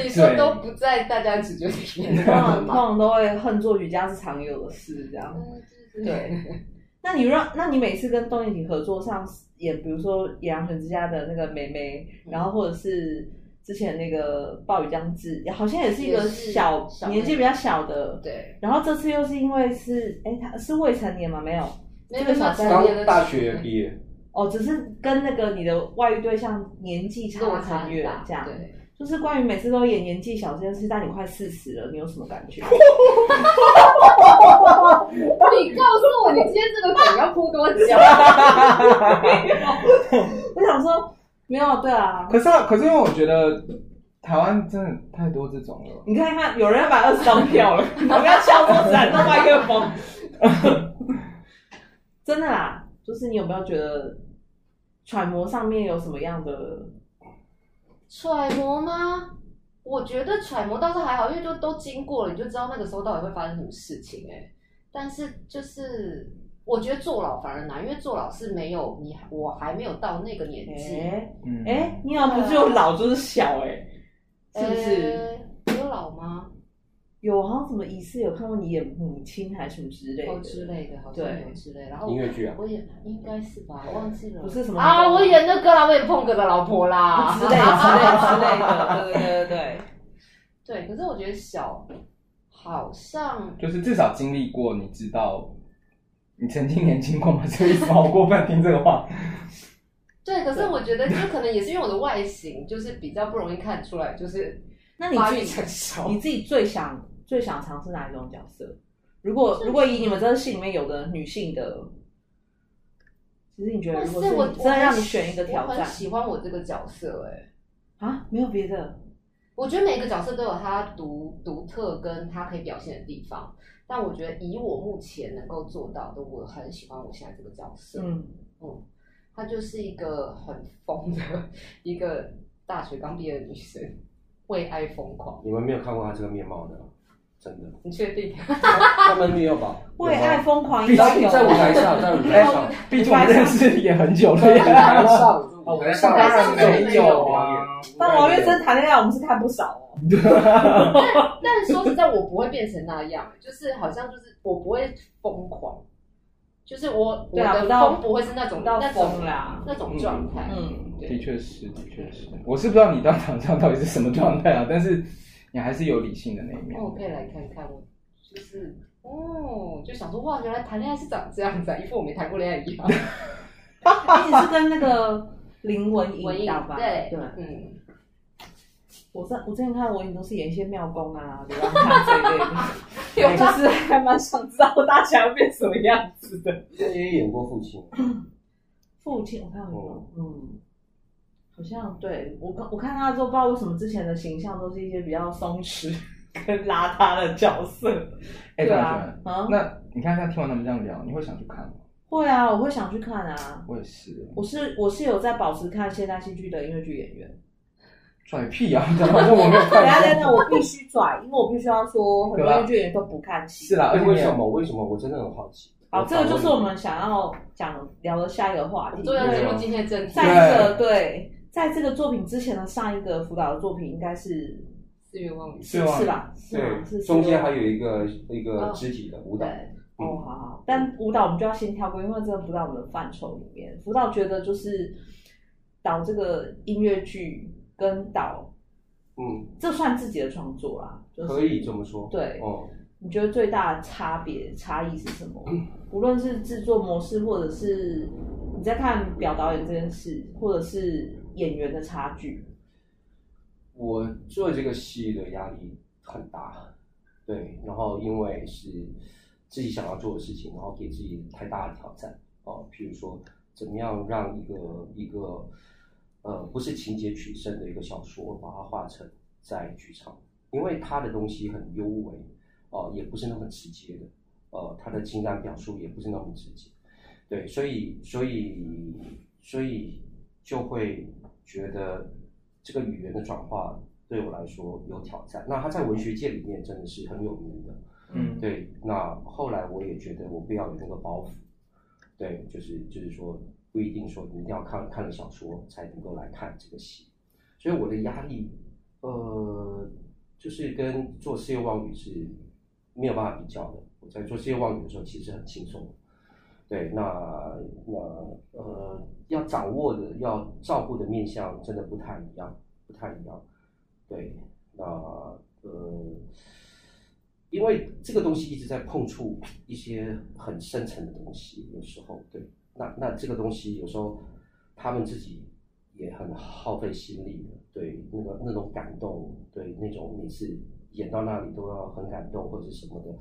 Speaker 4: 你说都不在大家直觉里 面，
Speaker 1: 通 常通常都会恨作曲家是常有的事，这样。
Speaker 4: 嗯对对
Speaker 1: 对， 那你让，那你每次跟东影体合作上演，比如说《野狼犬之家》的那个梅梅，
Speaker 4: 嗯
Speaker 1: 然后或者是之前那个《暴雨将至》，好像也是一个
Speaker 4: 也是
Speaker 1: 小
Speaker 4: 小妹
Speaker 1: 年纪比较小的。
Speaker 4: 对，
Speaker 1: 然后这次又是因为是，哎，他是未成年吗？没有，这
Speaker 4: 没有
Speaker 1: 个
Speaker 4: 没
Speaker 1: 小
Speaker 4: 有
Speaker 1: 三
Speaker 4: 成
Speaker 3: 刚
Speaker 4: 年的
Speaker 3: 大
Speaker 4: 时
Speaker 3: 学
Speaker 4: 候
Speaker 3: 毕业，
Speaker 1: 哦，只是跟那个你的外遇对象年纪
Speaker 4: 落
Speaker 1: 差很
Speaker 4: 差很
Speaker 1: 远
Speaker 4: 大，
Speaker 1: 这样。
Speaker 4: 对，
Speaker 1: 就是关于每次都演年纪小这件事，但你快四十了，你有什么 感觉？
Speaker 4: 你告诉我，你今天这个梗要铺多久？
Speaker 1: 我想说，没有，对啊，
Speaker 2: 可是啊可是因为我觉得台湾真的太多这种了。
Speaker 1: 你看一看，有人要把二十张票了， 我们要敲桌子，啊喊动麦克风。 真的啦，就是你有没有觉得揣摩上面有什么样的？
Speaker 4: 揣摩吗？我觉得揣摩倒是还好，因为就都经过了，你就知道那个时候到底会发生什么事情、哎，但是就是我觉得坐牢反而难，因为坐牢是没有你，我还没有到那个年纪，
Speaker 1: 哎
Speaker 2: 嗯
Speaker 1: 哎，你好像不是有老就是小哎、是不是？
Speaker 4: 呃有老吗？
Speaker 1: 有好像什么疑似有看过你演母亲还是什么之类
Speaker 4: 哦
Speaker 1: 的
Speaker 4: 之类的，好像
Speaker 1: 对
Speaker 4: 有之类的。然后
Speaker 3: 音乐剧啊。
Speaker 1: 哦
Speaker 4: 我演应该是吧，忘记了。
Speaker 1: 不是什么
Speaker 4: 啊，我演那个啦，我演碰哥的老婆啦
Speaker 1: 之类的之类之类的，对对对对对。
Speaker 4: 对，可是我觉得小好像
Speaker 2: 就是至少经历过，你知道你曾经年轻过吗？这个意思吗？好过分，听这个话。
Speaker 4: 对，可是我觉得就可能也是因为我的外形， 就是比较不容易看出来，就是
Speaker 1: 那你
Speaker 4: 发
Speaker 1: 自
Speaker 4: 育
Speaker 1: 己
Speaker 4: 成熟。
Speaker 1: 你自己最想最想尝试哪一种角色？如果如果以你们这个戏里面有的女性的，其实你觉得
Speaker 4: 但
Speaker 1: 如果
Speaker 4: 是我
Speaker 1: 是
Speaker 4: 我
Speaker 1: 你真的让
Speaker 4: 很
Speaker 1: 你选一个
Speaker 4: 喜
Speaker 1: 挑
Speaker 4: 我
Speaker 1: 战
Speaker 4: 很喜欢我这个角色哎、
Speaker 1: 啊，没有别的，
Speaker 4: 我觉得每个角色都有他独独特跟他可以表现的地方，但我觉得以我目前能够做到的，我很喜欢我现在这个角色。
Speaker 1: 嗯，
Speaker 4: 嗯，她就是一个很疯的 一个大学刚毕业的女生，为爱疯狂。
Speaker 3: 你们没有看过他这个面貌的，真的。
Speaker 4: 你确定？
Speaker 3: 他们没 有吧？
Speaker 1: 为爱疯狂一
Speaker 2: 毕
Speaker 1: 生
Speaker 2: 竟
Speaker 1: 有啊哦
Speaker 3: 在舞台上，在舞台上，
Speaker 2: 毕竟我们认识也很久了
Speaker 3: 在舞
Speaker 2: 呀。
Speaker 3: 台
Speaker 1: 啊
Speaker 3: 上，舞台上
Speaker 2: 当然
Speaker 4: 没有
Speaker 2: 啊，
Speaker 1: 但王月珍谈恋爱，我们是看不少哦。
Speaker 4: 但说实在，我不会变成那样，欸就是好像就是我不会疯狂，就是我我
Speaker 1: 对啊
Speaker 4: 的
Speaker 1: 不到
Speaker 4: 疯不会是那种
Speaker 1: 不到
Speaker 4: 那
Speaker 1: 疯
Speaker 4: 种
Speaker 1: 啦
Speaker 4: 那种状态。
Speaker 1: 嗯
Speaker 4: 对
Speaker 2: 的确是，的确是。我是不知道你到场上到底是什么状态啊，但是你还是有理性的那一面
Speaker 4: 那。
Speaker 1: 哦
Speaker 4: 我可以来看看，我就是哦，就想说哇，原来谈恋爱是长这样子、啊，一副我没谈过恋爱一 样。
Speaker 1: 哎你是跟那个林文颖
Speaker 4: 文艺
Speaker 1: 搭吧？
Speaker 4: 对
Speaker 1: 对，
Speaker 4: 嗯，
Speaker 1: 我上我之前看的文影都是演一些庙公啊、流浪汉这 一类的，我就是还蛮想知道大侠会变什么样子的。
Speaker 3: 那也演过父亲，
Speaker 1: 父亲，我看有，嗯，好像对我看我看他之后，不知道为什么之前的形象都是一些比较松弛跟邋遢的角色。
Speaker 2: 哎，
Speaker 1: 对
Speaker 2: 对
Speaker 1: 啊
Speaker 2: 啊，，
Speaker 1: 啊，
Speaker 2: 那你看，像听完他们这样聊，你会想去看吗？
Speaker 1: 会啊，我会想去看啊。
Speaker 2: 我也是，
Speaker 1: 我是我是有在保持看现代戏剧的音乐剧演员。
Speaker 2: 拽屁啊！你讲反正我没有
Speaker 1: 等一下
Speaker 2: 看
Speaker 1: 等一下，
Speaker 2: 过。
Speaker 1: 我必须拽，因为我必须要说，很多音乐剧演员都不看戏。
Speaker 2: 是啦，而且
Speaker 3: 为
Speaker 2: 你也
Speaker 3: 什么？为什么？我真的很好奇。
Speaker 1: 好，这个就是
Speaker 3: 反
Speaker 1: 我
Speaker 3: 问
Speaker 1: 们想要讲聊的下一个话题。
Speaker 4: 终于要进入今天的正题，
Speaker 1: 在这个对，在这个作品之前的上一个辅导的作品应该是
Speaker 4: 四月望雨。
Speaker 1: 是
Speaker 2: 是吗
Speaker 1: 是吧？是吗
Speaker 3: 对，
Speaker 1: 嗯是
Speaker 3: 中间
Speaker 1: 是
Speaker 3: 还有一个一个
Speaker 4: 哦
Speaker 3: 肢体的舞蹈
Speaker 4: 对，，
Speaker 1: 哦，好好，但
Speaker 3: 嗯
Speaker 1: 舞蹈我们就要先跳过，因为这个不在我们的范畴里面。辅导觉得就是导这个音乐剧跟导，
Speaker 3: 嗯，
Speaker 1: 这算自己的创作啦，就是
Speaker 3: 可以这么说。
Speaker 1: 对
Speaker 3: 哦，
Speaker 1: 你觉得最大的差别差异是什么？无论是制作模式，或者是你在看表导演这件事，或者是演员的差距。
Speaker 3: 我做这个戏的压力很大，对，然后因为是自己想要做的事情，然后给自己太大的挑战哦，譬如说怎么样让一个一个呃不是情节取胜的一个小说，把它画成在剧场，因为它的东西很幽微哦、也不是那么直接的，呃，它的情感表述也不是那么直接，对，所以所以所以就会觉得这个语言的转化对我来说有挑战。那他在文学界里面真的是很有名的，
Speaker 2: 嗯，
Speaker 3: 对。那后来我也觉得我不要有那个包袱，对，就是就是说不一定说你一定要看看了小说才能够来看这个戏，所以我的压力呃就是跟做事业望语是没有办法比较的。我在做事业望语的时候其实很轻松。对，那那呃，要掌握的、要照顾的面向真的不太一样，不太一样。对，那呃，因为这个东西一直在碰触一些很深层的东西，有时候对，那那这个东西有时候他们自己也很耗费心力的，对，那个那种感动，对，那种每次演到那里都要很感动或者什么的，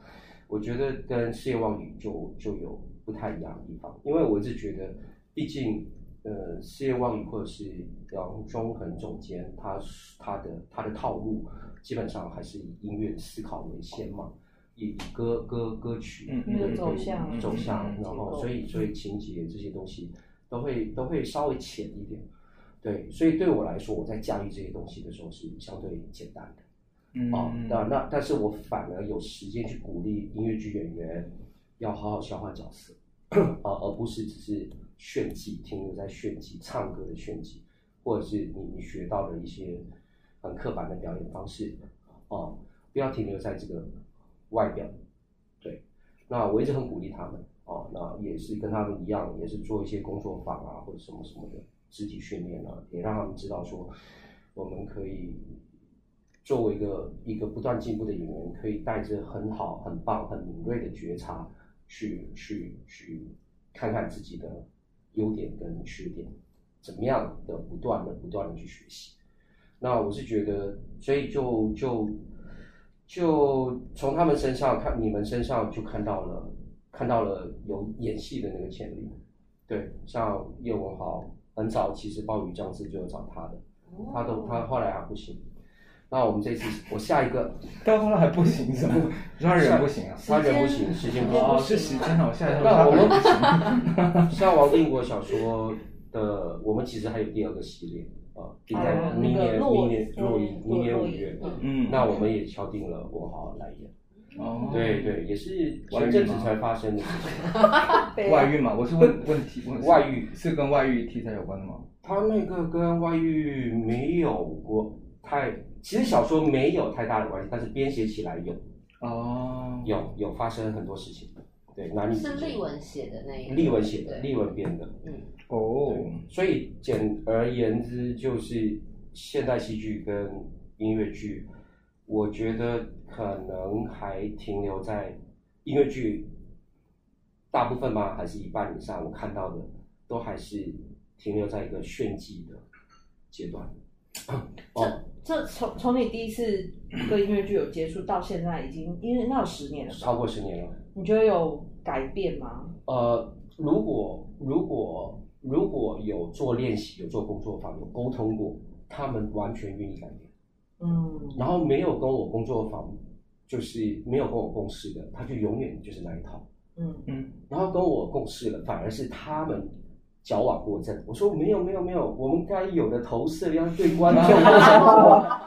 Speaker 3: 我觉得跟事业望语就就有不太一样的地方，因为我是觉得，毕竟呃，事业望语或者是杨中恒总监，他是他的他的套路基本上还是以音乐思考为先嘛，以以歌歌歌曲
Speaker 2: 嗯
Speaker 1: 嗯
Speaker 3: 对对
Speaker 1: 走向
Speaker 2: 嗯
Speaker 3: 走向
Speaker 2: 嗯，嗯
Speaker 3: 然后
Speaker 1: 结构
Speaker 3: 所以所以情节这些东西都会都会稍微浅一点。对，所以对我来说，我在驾驭这些东西的时候是相对简单的。哦，那
Speaker 2: 嗯，
Speaker 3: 那但是我反而有时间去鼓励音乐剧演员要好好消化角色， 啊、而不是只是炫技，停留在炫技、唱歌的炫技，或者是你你学到的一些很刻板的表演方式，哦，不要停留在这个外表。对，那我一直很鼓励他们，哦，那也是跟他们一样，也是做一些工作坊啊，或者什么什么的肢体训练啊，也让他们知道说，我们可以作为一个一个不断进步的演员，可以带着很好、很棒、很敏锐的觉察去去去看看自己的优点跟缺点，怎么样的不断的不断的去学习。那我是觉得，所以就就就从他们身上看，你们身上就看到了看到了有演戏的那个潜力。对，像叶文豪很早，其实鲍鱼酱汁就有找他的，他
Speaker 4: 哦
Speaker 3: 都他后来还不行。那我们这次，我下一个
Speaker 2: 到后来还不行是吗？你说他人不行啊？
Speaker 3: 他人不行，时间不行。
Speaker 2: 哦，是时间啊，我现在说
Speaker 3: 那
Speaker 2: 他
Speaker 3: 我
Speaker 2: 人不行。
Speaker 3: 们像王定国小说的，我们其实还有第二个系列啊，定在
Speaker 1: 啊
Speaker 3: 明
Speaker 1: 那个
Speaker 3: 年
Speaker 1: 洛
Speaker 3: 明年
Speaker 1: 洛
Speaker 3: 若
Speaker 1: 伊
Speaker 3: 一明年
Speaker 1: 洛
Speaker 3: 五
Speaker 1: 伊
Speaker 3: 月，
Speaker 4: 嗯
Speaker 2: 嗯，
Speaker 3: 那我们也敲定了文豪来演。
Speaker 2: 哦，
Speaker 3: 对，对，也是
Speaker 2: 外遇
Speaker 3: 前阵子
Speaker 2: 吗
Speaker 3: 才发生的事情。
Speaker 2: 外遇嘛，我是问问题，问
Speaker 3: 外遇
Speaker 2: 是跟外遇题材有关的吗？
Speaker 3: 他那个跟外遇没有过太，其实小说没有太大的关系，但是编写起来有
Speaker 2: 哦，
Speaker 3: 有有发生很多事情。对，男女之
Speaker 4: 是
Speaker 3: 间
Speaker 4: 立文写的那一个，
Speaker 3: 立文写的，
Speaker 4: 对
Speaker 3: 立文编的。
Speaker 4: 嗯，
Speaker 2: 哦，
Speaker 3: 所以简而言之，就是现代戏剧跟音乐剧，我觉得可能还停留在音乐剧大部分吧，还是一半以上，我看到的都还是停留在一个炫技的阶段。哦，
Speaker 1: 这从从你第一次跟音乐剧有接触到现在，已经因为那有十年了吧？
Speaker 3: 超过十年了。
Speaker 1: 你觉得有改变吗？
Speaker 3: 呃，如果如果如果有做练习、有做工作坊、有沟通过，他们完全愿意改变。
Speaker 1: 嗯，
Speaker 3: 然后没有跟我工作坊，就是没有跟我共事的，他就永远就是那一套。
Speaker 1: 嗯
Speaker 3: 然后跟我共事了，反而是他们矫枉过正。我说没有没有没有，我们该有的投射要对 啊 观众要什么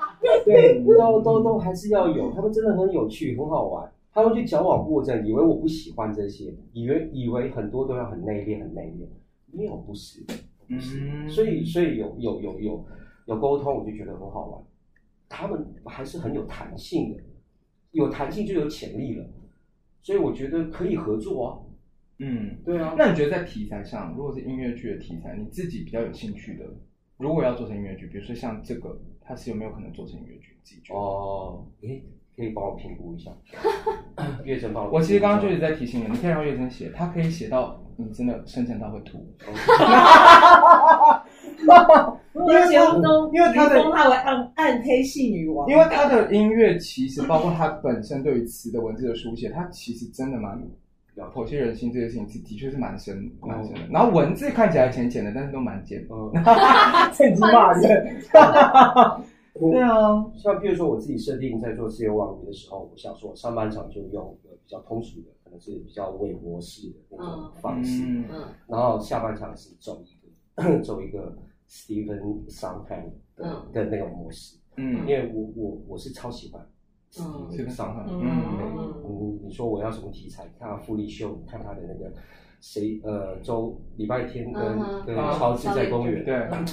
Speaker 3: 对，都都都还是要有。他们真的很有趣，很好玩。他们去矫枉过正，以为我不喜欢这些，以为以为很多都要很内敛，很内敛。没有，不是，不是。
Speaker 2: 嗯
Speaker 3: 所以所以有有有有有沟通，我就觉得很好玩。他们还是很有弹性的，有弹性就有潜力了。所以我觉得可以合作啊。
Speaker 2: 嗯，
Speaker 3: 对啊，
Speaker 2: 那你觉得在题材上，如果是音乐剧的题材，你自己比较有兴趣的，如果要做成音乐剧，比如说像这个，它是有没有可能做成音乐剧？自己觉得？
Speaker 3: 哦，诶，可以帮我评估 一下。月珍帮我评估一下，
Speaker 2: 我其实刚刚就是在提醒你，你可以让月珍写，她可以写到你真的深沉到会吐。
Speaker 1: 因为
Speaker 2: 因为
Speaker 1: 江东，
Speaker 2: 因为他的
Speaker 1: 封她为暗暗黑系女王，
Speaker 2: 因为他的音乐其实包括他本身对于词的文字的书写，他其实真的蛮剖析人心这件事情，是的确是蛮深蛮深的。然后文字看起来浅浅的，但是都蛮简。
Speaker 3: 嗯，
Speaker 2: 趁机骂人。对啊，
Speaker 3: 像比如说我自己设定在做自由网鱼的时候，我想说上半场就用一个比较通俗的，可能是比较微博式的那种方式，
Speaker 2: 嗯，
Speaker 4: 嗯
Speaker 3: 然后下半场是走一个 走一个 Steven Sondheim 的、
Speaker 4: 嗯
Speaker 3: 的那种模式，因
Speaker 2: 嗯，
Speaker 3: 为我我我是超喜欢 Steven
Speaker 4: 嗯
Speaker 2: 这个伤
Speaker 3: Sondheim
Speaker 2: 害。
Speaker 1: 嗯
Speaker 2: 嗯，
Speaker 4: 嗯
Speaker 3: 你你说我要什么题材？你看他富丽秀，你看他的那个谁呃周礼拜天跟、
Speaker 4: 嗯哼
Speaker 3: 跟
Speaker 2: 啊
Speaker 3: 超志在公园，
Speaker 2: 对
Speaker 4: 嗯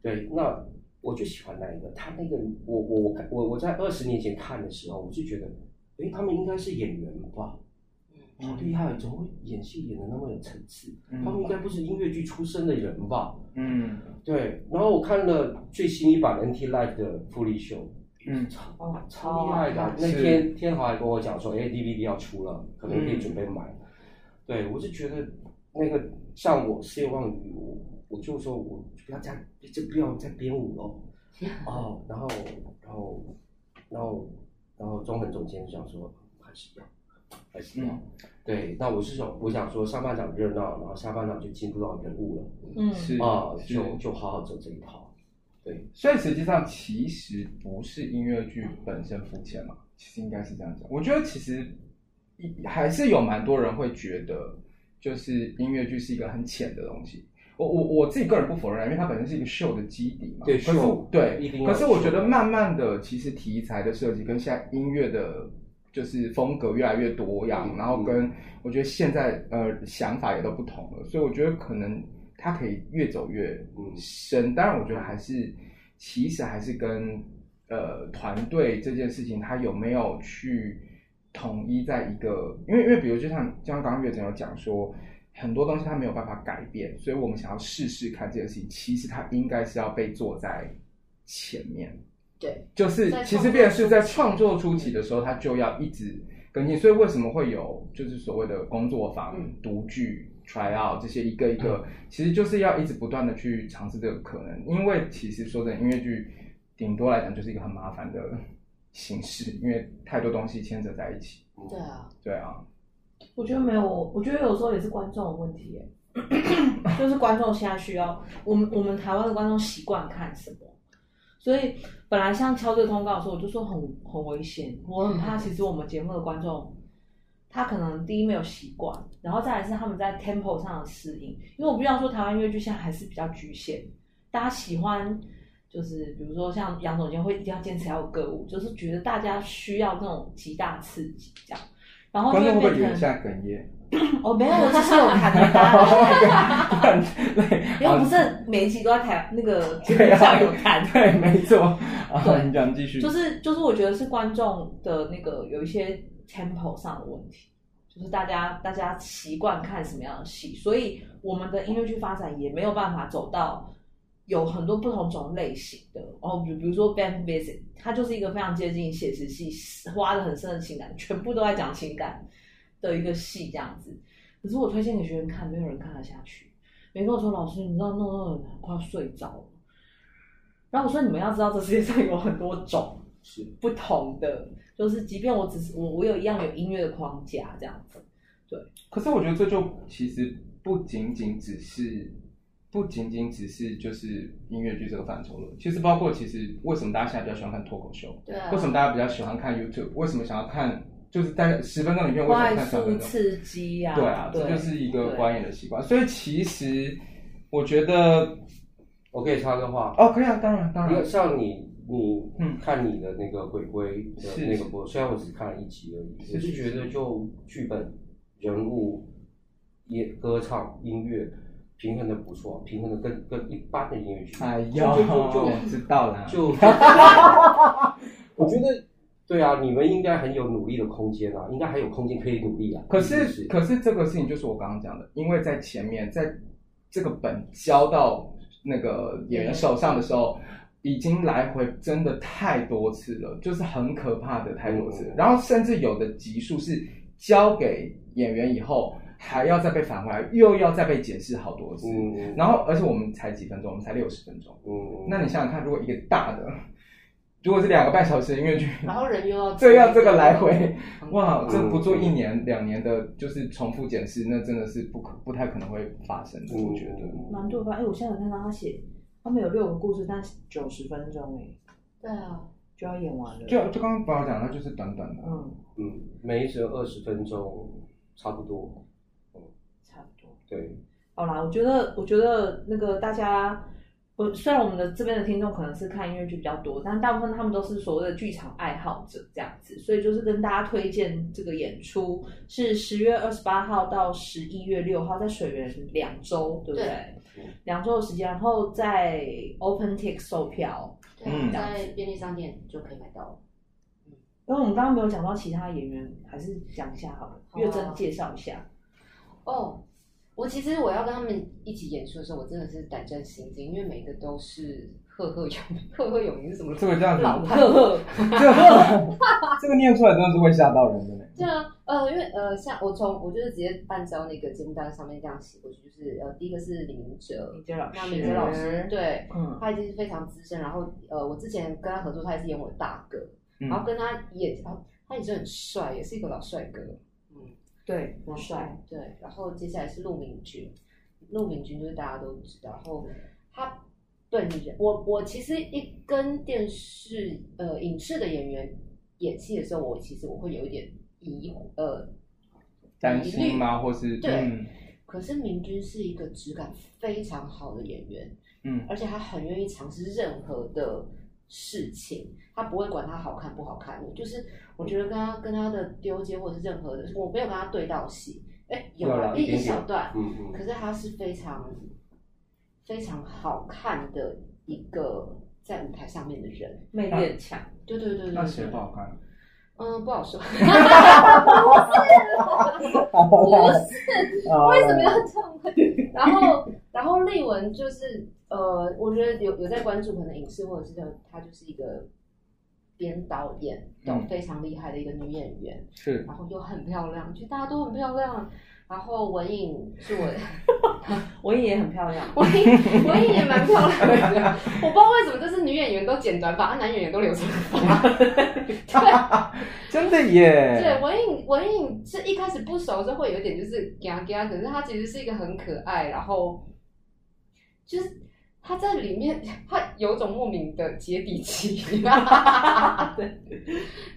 Speaker 3: 对，那我就喜欢那一个，他那个我我我看我我在二十年前看的时候，我就觉得，诶，他们应该是演员吧，好厉害，怎么会演戏演的那么有层次？他们应该不是音乐剧出身的人吧？
Speaker 2: 嗯
Speaker 3: 对，然后我看了最新一版 NT Live 的富丽秀，
Speaker 2: 嗯
Speaker 3: 超
Speaker 1: 哦
Speaker 3: 超厉害的啊。那
Speaker 2: 是
Speaker 3: 天天豪还跟我讲说，哎，DVD 要出了，可能可以
Speaker 2: 嗯
Speaker 3: 准备买。对我就觉得那个像我谢望宇，我我就说我不要再就哎不要再编舞喽。 哦，然后然后然后然后中恒总监就想说还是要还是要。
Speaker 2: 嗯
Speaker 3: 对，那我是想，我想说上半场热闹，然后下半场就进入到人物了。
Speaker 1: 嗯
Speaker 2: 是
Speaker 3: 啊，
Speaker 2: 是
Speaker 3: 就就好好走这一套。对，
Speaker 2: 所以实际上其实不是音乐剧本身肤浅嘛，其实应该是这样讲。我觉得其实还是有蛮多人会觉得，就是音乐剧是一个很浅的东西。我我我自己个人不否认，因为它本身是一个秀的基底嘛。
Speaker 3: 对
Speaker 2: 可是
Speaker 3: 秀一
Speaker 2: 对。
Speaker 3: 定要有
Speaker 2: 可是我觉
Speaker 3: 秀
Speaker 2: 得慢慢的，其实题材的设计跟现在音乐的，就是风格越来越多样，
Speaker 3: 嗯
Speaker 2: 然后跟我觉得现在呃想法也都不同了，所以我觉得可能它可以越走越
Speaker 3: 嗯
Speaker 2: 深。当然，我觉得还是其实还是跟呃团队这件事情，它有没有去统一在一个，因为因为比如就像就像刚刚月珍有讲说。很多东西它没有办法改变，所以我们想要试试看这件事情。其实它应该是要被做在前面，
Speaker 4: 对，
Speaker 2: 就是
Speaker 4: 在
Speaker 2: 其
Speaker 4: 创
Speaker 2: 实
Speaker 4: 作
Speaker 2: 变成是
Speaker 4: 初
Speaker 2: 在
Speaker 4: 期
Speaker 2: 创作初期的时候，他就要一直跟进。所以为什么会有就是所谓的工作坊、
Speaker 4: 嗯
Speaker 2: 读剧、try out 这些一个一个，其实就是要一直不断的去尝试这个可能。因为其实说真的，音乐剧顶多来讲就是一个很麻烦的形式，因为太多东西牵扯在一起。
Speaker 4: 对啊，
Speaker 2: 对啊，
Speaker 1: 我觉得没有，我觉得有时候也是观众的问题耶， 就是观众现在需要我们我们台湾的观众习惯看什么，所以本来像敲这个通告的时候，我就说很很危险，我很怕。其实我们节目的观众，他可能第一没有习惯，然后再来是他们在 tempo 上的适应，因为我不知道说台湾音乐剧现在还是比较局限，大家喜欢。就是比如说像杨总监会一定要坚持要有歌舞，就是觉得大家需要那种极大刺激这样，然后就
Speaker 2: 观众会不
Speaker 1: 变成
Speaker 2: 会觉得你现在哽咽？
Speaker 1: 哦，没有，我只是有谈的答 案，因为
Speaker 2: 啊
Speaker 1: 不是每一集都在谈那个节
Speaker 2: 对
Speaker 1: 目上
Speaker 2: 啊
Speaker 1: 有谈，
Speaker 2: 对，没错。 啊，
Speaker 1: 对
Speaker 2: 你讲继续。
Speaker 1: 就是就是我觉得是观众的那个有一些 tempo 上的问题，就是大家大家习惯看什么样的戏，所以我们的音乐剧发展也没有办法走到有很多不同种类型的哦，比比如说 band visit，它就是一个非常接近写实戏，花的很深的情感，全部都在讲情感的一个戏这样子。可是我推荐给学生看，没有人看得下去。没跟我说老师，你知道弄弄得很快睡着了。然后我说你们要知道，这世界上有很多种
Speaker 3: 是
Speaker 1: 不同的，就是即便我只是我我有一样有音乐的框架这样子，
Speaker 2: 可是我觉得这就其实不仅仅只是，不仅仅只是就是音乐剧这个范畴了。其实包括其实为什么大家现在比较喜欢看脱口秀，
Speaker 4: 对啊，
Speaker 2: 为什么大家比较喜欢看 YouTube，为什么想要看就是在十分钟里面为什么
Speaker 1: 快
Speaker 2: 看三
Speaker 1: 速
Speaker 2: 分钟？
Speaker 1: 刺激呀、
Speaker 2: 对啊，这就是一个观影的习惯。所以其实我觉得
Speaker 3: 我可以插个话，
Speaker 2: 哦，可以啊，当然当
Speaker 3: 因为
Speaker 2: 然，
Speaker 3: 像你，你
Speaker 2: 嗯
Speaker 3: 看你的那个鬼鬼的
Speaker 2: 是
Speaker 3: 那个播，虽然我只看了一集而已，
Speaker 2: 是
Speaker 3: 我是觉得就剧本、人物、也歌唱、音乐平衡的不错，平衡的跟跟一般的音乐剧，
Speaker 2: 哎呦，
Speaker 3: 就就就
Speaker 2: 我知道啦。
Speaker 3: 就，我觉得对啊，你们应该很有努力的空间啊，应该还有空间可以努力啊。
Speaker 2: 可，
Speaker 3: 就是
Speaker 2: 可是这个事情就是我刚刚讲的，因为在前面，在这个本交到那个演员手上的时候，
Speaker 3: 嗯
Speaker 2: 已经来回真的太多次了，就是很可怕的太多次。
Speaker 3: 嗯
Speaker 2: 然后甚至有的集数是交给演员以后，还要再被返回来，又要再被解释好多次。
Speaker 3: 嗯，
Speaker 2: 然后，而且我们才几分钟，我们才六十分钟。
Speaker 3: 嗯，
Speaker 2: 那你想想看，如果一个大的，如果是两个半小时的音乐剧，
Speaker 4: 然后人又要
Speaker 2: 这要这个来回，哇，
Speaker 3: 嗯
Speaker 2: 这不做一年两年的，就是重复检视，那真的是不可不太可能会发生的，
Speaker 3: 嗯
Speaker 2: 我觉得。
Speaker 1: 蛮多吧。哎，我现在有看到他写，他们有六个故事，但九十分钟哎
Speaker 4: 对啊，
Speaker 1: 就要演完了。
Speaker 2: 就就刚刚宝宝讲，它就是短短的，
Speaker 1: 嗯，
Speaker 3: 嗯，每一集二十分钟差不多，
Speaker 1: 差不多。
Speaker 3: 对，
Speaker 1: 好啦，我觉得，我觉得那个大家，我虽然我们的这边的听众可能是看音乐剧比较多，但大部分他们都是所谓的剧场爱好者这样子，所以就是跟大家推荐这个演出是十月二十八号到十一月六号，在水源两周，对不对？
Speaker 3: 对
Speaker 1: 两周的时间，然后在 OpenTix 售票，
Speaker 4: 对啊
Speaker 2: 嗯
Speaker 4: 在便利商店就可以买到了。
Speaker 1: 因为我们刚刚没有讲到其他演员，还是讲一下好了，
Speaker 4: 好啊
Speaker 1: 月珍介绍一 下。
Speaker 4: 哦，我其实我要跟他们一起演出的时候，我真的是胆战心惊，因为每个都是赫赫有名，赫赫有名是什么？
Speaker 2: 这个这样子
Speaker 4: 老派。
Speaker 1: 呵呵，
Speaker 2: 这 个这个念出来真的是会吓到人的呢。
Speaker 4: 对啊，呃，因为呃，像我从我就是直接按照那个节目单上面这样写过去，就是呃，第一个是李明哲，
Speaker 1: 李哲老
Speaker 4: 那
Speaker 1: 师，
Speaker 4: 明哲老师，对，
Speaker 1: 嗯，
Speaker 4: 他已经是非常资深，然后呃，我之前跟他合作，他也是演我的大哥，
Speaker 2: 嗯
Speaker 4: 然后跟他演，然后他也是很帅，也是一个老帅哥，嗯，
Speaker 1: 对，很
Speaker 4: 很
Speaker 1: 帅
Speaker 4: 帅，，对。然后接下来是陆明君，陆明君就是大家都知道，然后他对你人，我我其实一跟电视呃影视的演员演戏的时候，我其实我会有一点疑呃
Speaker 2: 担心吗？或是
Speaker 4: 对
Speaker 2: 嗯
Speaker 4: 可是明君是一个质感非常好的演员，
Speaker 2: 嗯
Speaker 4: 而且他很愿意尝试任何的事情，他不会管他好看不好看。我就是我觉得跟他跟他的丢接或者是任何的，我没有跟他对到戏，哎，有
Speaker 3: 有
Speaker 4: 啊
Speaker 3: 啦
Speaker 4: 一
Speaker 3: 一点
Speaker 4: 一
Speaker 3: 点
Speaker 4: 小段，
Speaker 3: 嗯
Speaker 4: 可
Speaker 3: 嗯，
Speaker 4: 是他是非常非常好看的一个在舞台上面的人。
Speaker 1: 魅力很强。
Speaker 4: 对对对对对，
Speaker 2: 那谁不好看？
Speaker 4: 嗯，不好 说。
Speaker 2: 不是，
Speaker 3: 啊
Speaker 4: 为什么要这样问？然后，然后丽文就是呃，我觉得有有在关注可能影视或者是这种她就是一个编导演，都
Speaker 2: 嗯
Speaker 4: 非常厉害的一个女演员，
Speaker 2: 是
Speaker 4: 然后又很漂亮，就大家都很漂亮。然后文颖是我，，
Speaker 1: 文颖也很漂亮
Speaker 4: 文颖文颖也蛮漂亮的，我不知道为什么，就是女演员都剪短发，啊男演员都留长发。
Speaker 2: 真的耶？
Speaker 4: 对，文颖文颖是一开始不熟就会有点就是嘎嘎，可是她其实是一个很可爱，然后就是她在里面她有种莫名的接地气。 对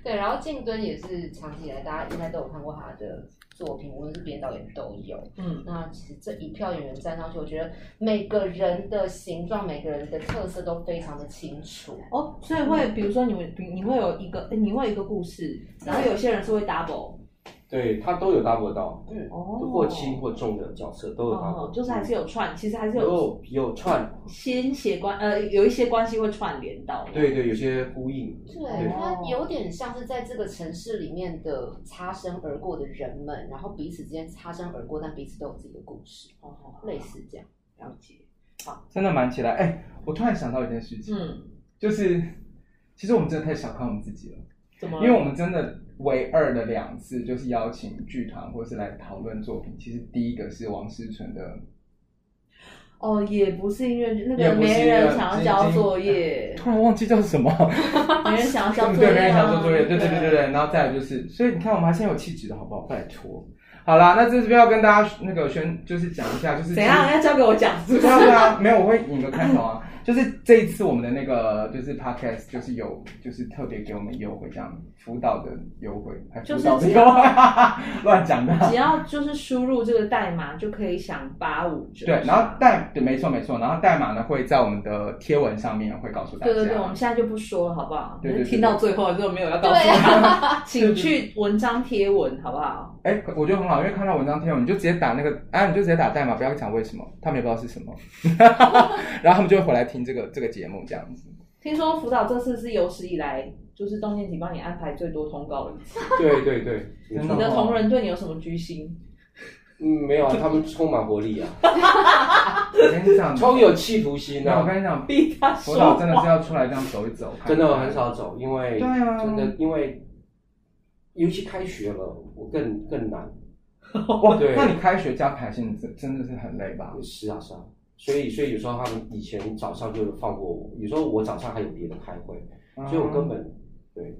Speaker 4: 对，然后静敦也是长期以来大家应该都有看过她的作品，无论是编导演都有。
Speaker 1: 嗯，
Speaker 4: 那其实这一票演员站上去，我觉得每个人的形状、每个人的特色都非常的清楚。
Speaker 1: 哦，所以会
Speaker 2: 嗯
Speaker 1: 比如说你们，比你会有一个，诶你会有一个故事，然后有些人是会 double，
Speaker 3: 对他都有 double 到，
Speaker 1: 哦，
Speaker 3: 或轻或重的角色都有 double，
Speaker 1: 哦，就是还是有
Speaker 2: 嗯
Speaker 1: 串，其实还是有
Speaker 3: 有有串，
Speaker 1: 先写关，呃，有一些关系会串联到，
Speaker 3: 对，对，有些呼应，
Speaker 4: 对，啊
Speaker 1: 哦
Speaker 4: 它有点像是在这个城市里面的擦身而过的人们，然后彼此之间擦身而过，但彼此都有自己的故事，
Speaker 1: 哦，
Speaker 4: 类似这样。
Speaker 1: 了解，
Speaker 2: 真的蛮起来。哎，我突然想到一件事情，
Speaker 1: 嗯，
Speaker 2: 就是其实我们真的太小看我们自己了。
Speaker 1: 怎么？
Speaker 2: 因为我们真的唯二的两次就是邀请剧团或是来讨论作品，其实第一个是王思纯的
Speaker 1: 哦，也不是音乐剧，那
Speaker 2: 也
Speaker 1: 个
Speaker 2: 不是
Speaker 1: 没
Speaker 2: 音乐
Speaker 1: 人
Speaker 2: 剧
Speaker 1: 想要
Speaker 2: 已
Speaker 1: 交
Speaker 2: 经
Speaker 1: 作业，
Speaker 2: 突然忘记叫什么，
Speaker 1: 没人想要交
Speaker 2: 对，
Speaker 1: 作业啊，啊嗯
Speaker 2: 没人想做作业，对对对对对。然后再来就是，所以你看我们还现在有气质的好不好？拜托。好啦，那这边要跟大家那个宣，就是讲一下，就是
Speaker 1: 怎样？要交给我讲是不
Speaker 2: 对
Speaker 1: 是？
Speaker 2: 啊对啊，没有，我会引个开头啊。就是这一次我们的那个就是 podcast，就是有就是特别给我们优惠，这样辅导的优惠，还辅导的优惠， 乱讲的啊。
Speaker 1: 只要就是输入这个代码就可以享八五折。
Speaker 2: 对，
Speaker 1: 是
Speaker 2: 然
Speaker 1: 吧
Speaker 2: 后代对，没错没错，然后代码呢会在我们的贴文上面会告诉大家。
Speaker 1: 对对对，我们现在就不说了，好不好？
Speaker 2: 对对对对
Speaker 1: 听到最后就没有要告诉 他，请去文章贴文，好不好？
Speaker 2: 哎，可我觉得很好，因为看到文章贴文，你就直接打那个，啊，你就直接打代码，不要讲为什么，他们也不知道是什么， 然后他们就会回来听这个这个节目这样子。
Speaker 1: 听说辅导这次是有史以来就是东建体帮你安排最多通告的一次，
Speaker 3: 对对对，没
Speaker 2: 真
Speaker 3: 错
Speaker 1: 你的
Speaker 2: 哦
Speaker 1: 同仁对你有什么居心？
Speaker 3: 嗯，没有啊，他们充满活力啊，
Speaker 2: 我跟你讲，
Speaker 3: 充有企图心
Speaker 2: 那我
Speaker 3: 啊，
Speaker 2: 跟你讲，
Speaker 1: 逼他
Speaker 2: 辅导
Speaker 1: 说
Speaker 2: 真的是要出来这样走一走，看
Speaker 3: 真
Speaker 2: 一
Speaker 3: 的
Speaker 2: 看
Speaker 3: 很。少走，因为
Speaker 2: 对啊，
Speaker 3: 真的因为，尤其开学了，我更更难。
Speaker 2: 哇
Speaker 3: 对，
Speaker 2: 那你开学加排线真真的是很累吧？
Speaker 3: 是啊是啊，所以所以有时候他们以前早上就放过我，有时候我早上还有别的开会，所以我根
Speaker 2: 嗯，
Speaker 3: 本对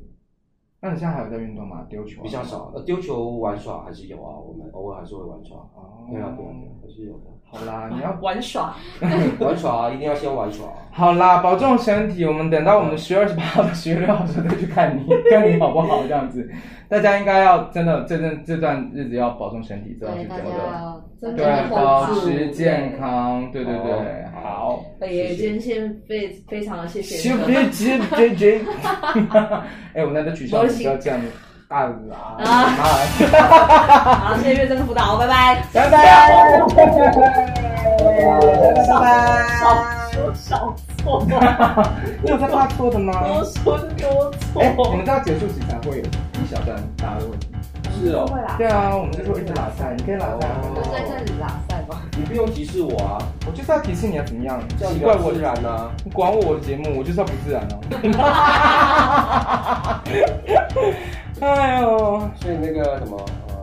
Speaker 2: 那你现在还有在运动吗？丢球啊
Speaker 3: 比较少。呃，丢球玩耍还是有啊，我们偶尔还是会玩耍。
Speaker 2: 哦，
Speaker 3: 对啊对啊对啊，还是有的。
Speaker 2: 好啦，你要
Speaker 1: 玩耍，
Speaker 3: 玩耍啊，一定要先玩耍啊。
Speaker 2: 好啦，保重身体。我们等到我们十月二十八号、十月六号的时候再去看你，看你好不好这样子。大家应该要真的这阵这段日子要保重身体，这段
Speaker 4: 对
Speaker 2: 时
Speaker 4: 大
Speaker 2: 间
Speaker 4: 家
Speaker 2: 的
Speaker 4: 要
Speaker 5: 真的
Speaker 4: 大家
Speaker 2: 对啊
Speaker 5: 要
Speaker 2: 保
Speaker 4: 活住
Speaker 2: 持健康，对对对，好。
Speaker 1: 北
Speaker 3: 哦谢
Speaker 1: 爷
Speaker 3: 谢
Speaker 1: 哎今天非非常的谢谢
Speaker 2: 行，
Speaker 1: 你
Speaker 2: 别急，别急。哎，我们的取消，
Speaker 1: 不
Speaker 2: 你
Speaker 1: 行
Speaker 2: 不要这样子大了啊！
Speaker 1: 啊
Speaker 2: 哎
Speaker 1: 好，谢谢月真的辅导，拜拜。
Speaker 2: 拜拜，拜拜，拜拜。
Speaker 1: 说少错，
Speaker 2: 你有在怕错的吗？
Speaker 1: 多说多
Speaker 2: 哎，你
Speaker 1: 错。
Speaker 2: 们知道结束时才会有一小段大家的问题。
Speaker 3: 是哦，
Speaker 1: 会啦，
Speaker 2: 对啊，我们就是会一直拉塞，你可以拉塞啊。
Speaker 4: 都在这里拉塞吧。
Speaker 3: 你不用提示我啊，
Speaker 2: 我就是要提示你要怎么样，
Speaker 3: 这样
Speaker 2: 奇
Speaker 3: 比
Speaker 2: 怪
Speaker 3: 较
Speaker 2: 我
Speaker 3: 自，然啊。
Speaker 2: 你管我我的节目，我就是要不自然哦。哎呦，
Speaker 3: 所以那个什么呃，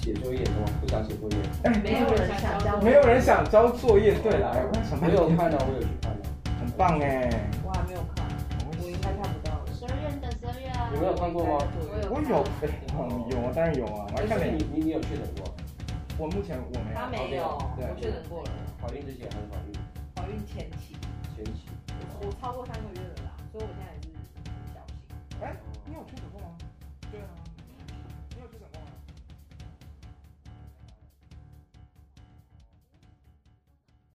Speaker 3: 写作业什么不想写作业，
Speaker 1: 没有人想交
Speaker 2: 没有人想交作业，对啦，哎我刚想
Speaker 3: 我
Speaker 2: 半
Speaker 3: 有
Speaker 2: 天，
Speaker 3: 看啊，我有去看啊，
Speaker 2: 很棒哎。
Speaker 1: 我还没有看，我应该看不到。
Speaker 4: 十二月等十二月啊
Speaker 3: 你没有看过吗？
Speaker 2: 我有， 哎，有啊，当然有啊，我还看
Speaker 3: 但是
Speaker 2: 了
Speaker 3: 你。你你有确诊过？哦
Speaker 2: 我目前我没有
Speaker 1: 他。没有，
Speaker 3: 对
Speaker 1: 我确诊过了，
Speaker 3: 怀孕之前还是怀孕
Speaker 1: 怀孕前期，
Speaker 3: 前期？
Speaker 1: 我超过三个月了啦，所以我现在也是小心。
Speaker 2: 哎，你有确诊过吗？对啊。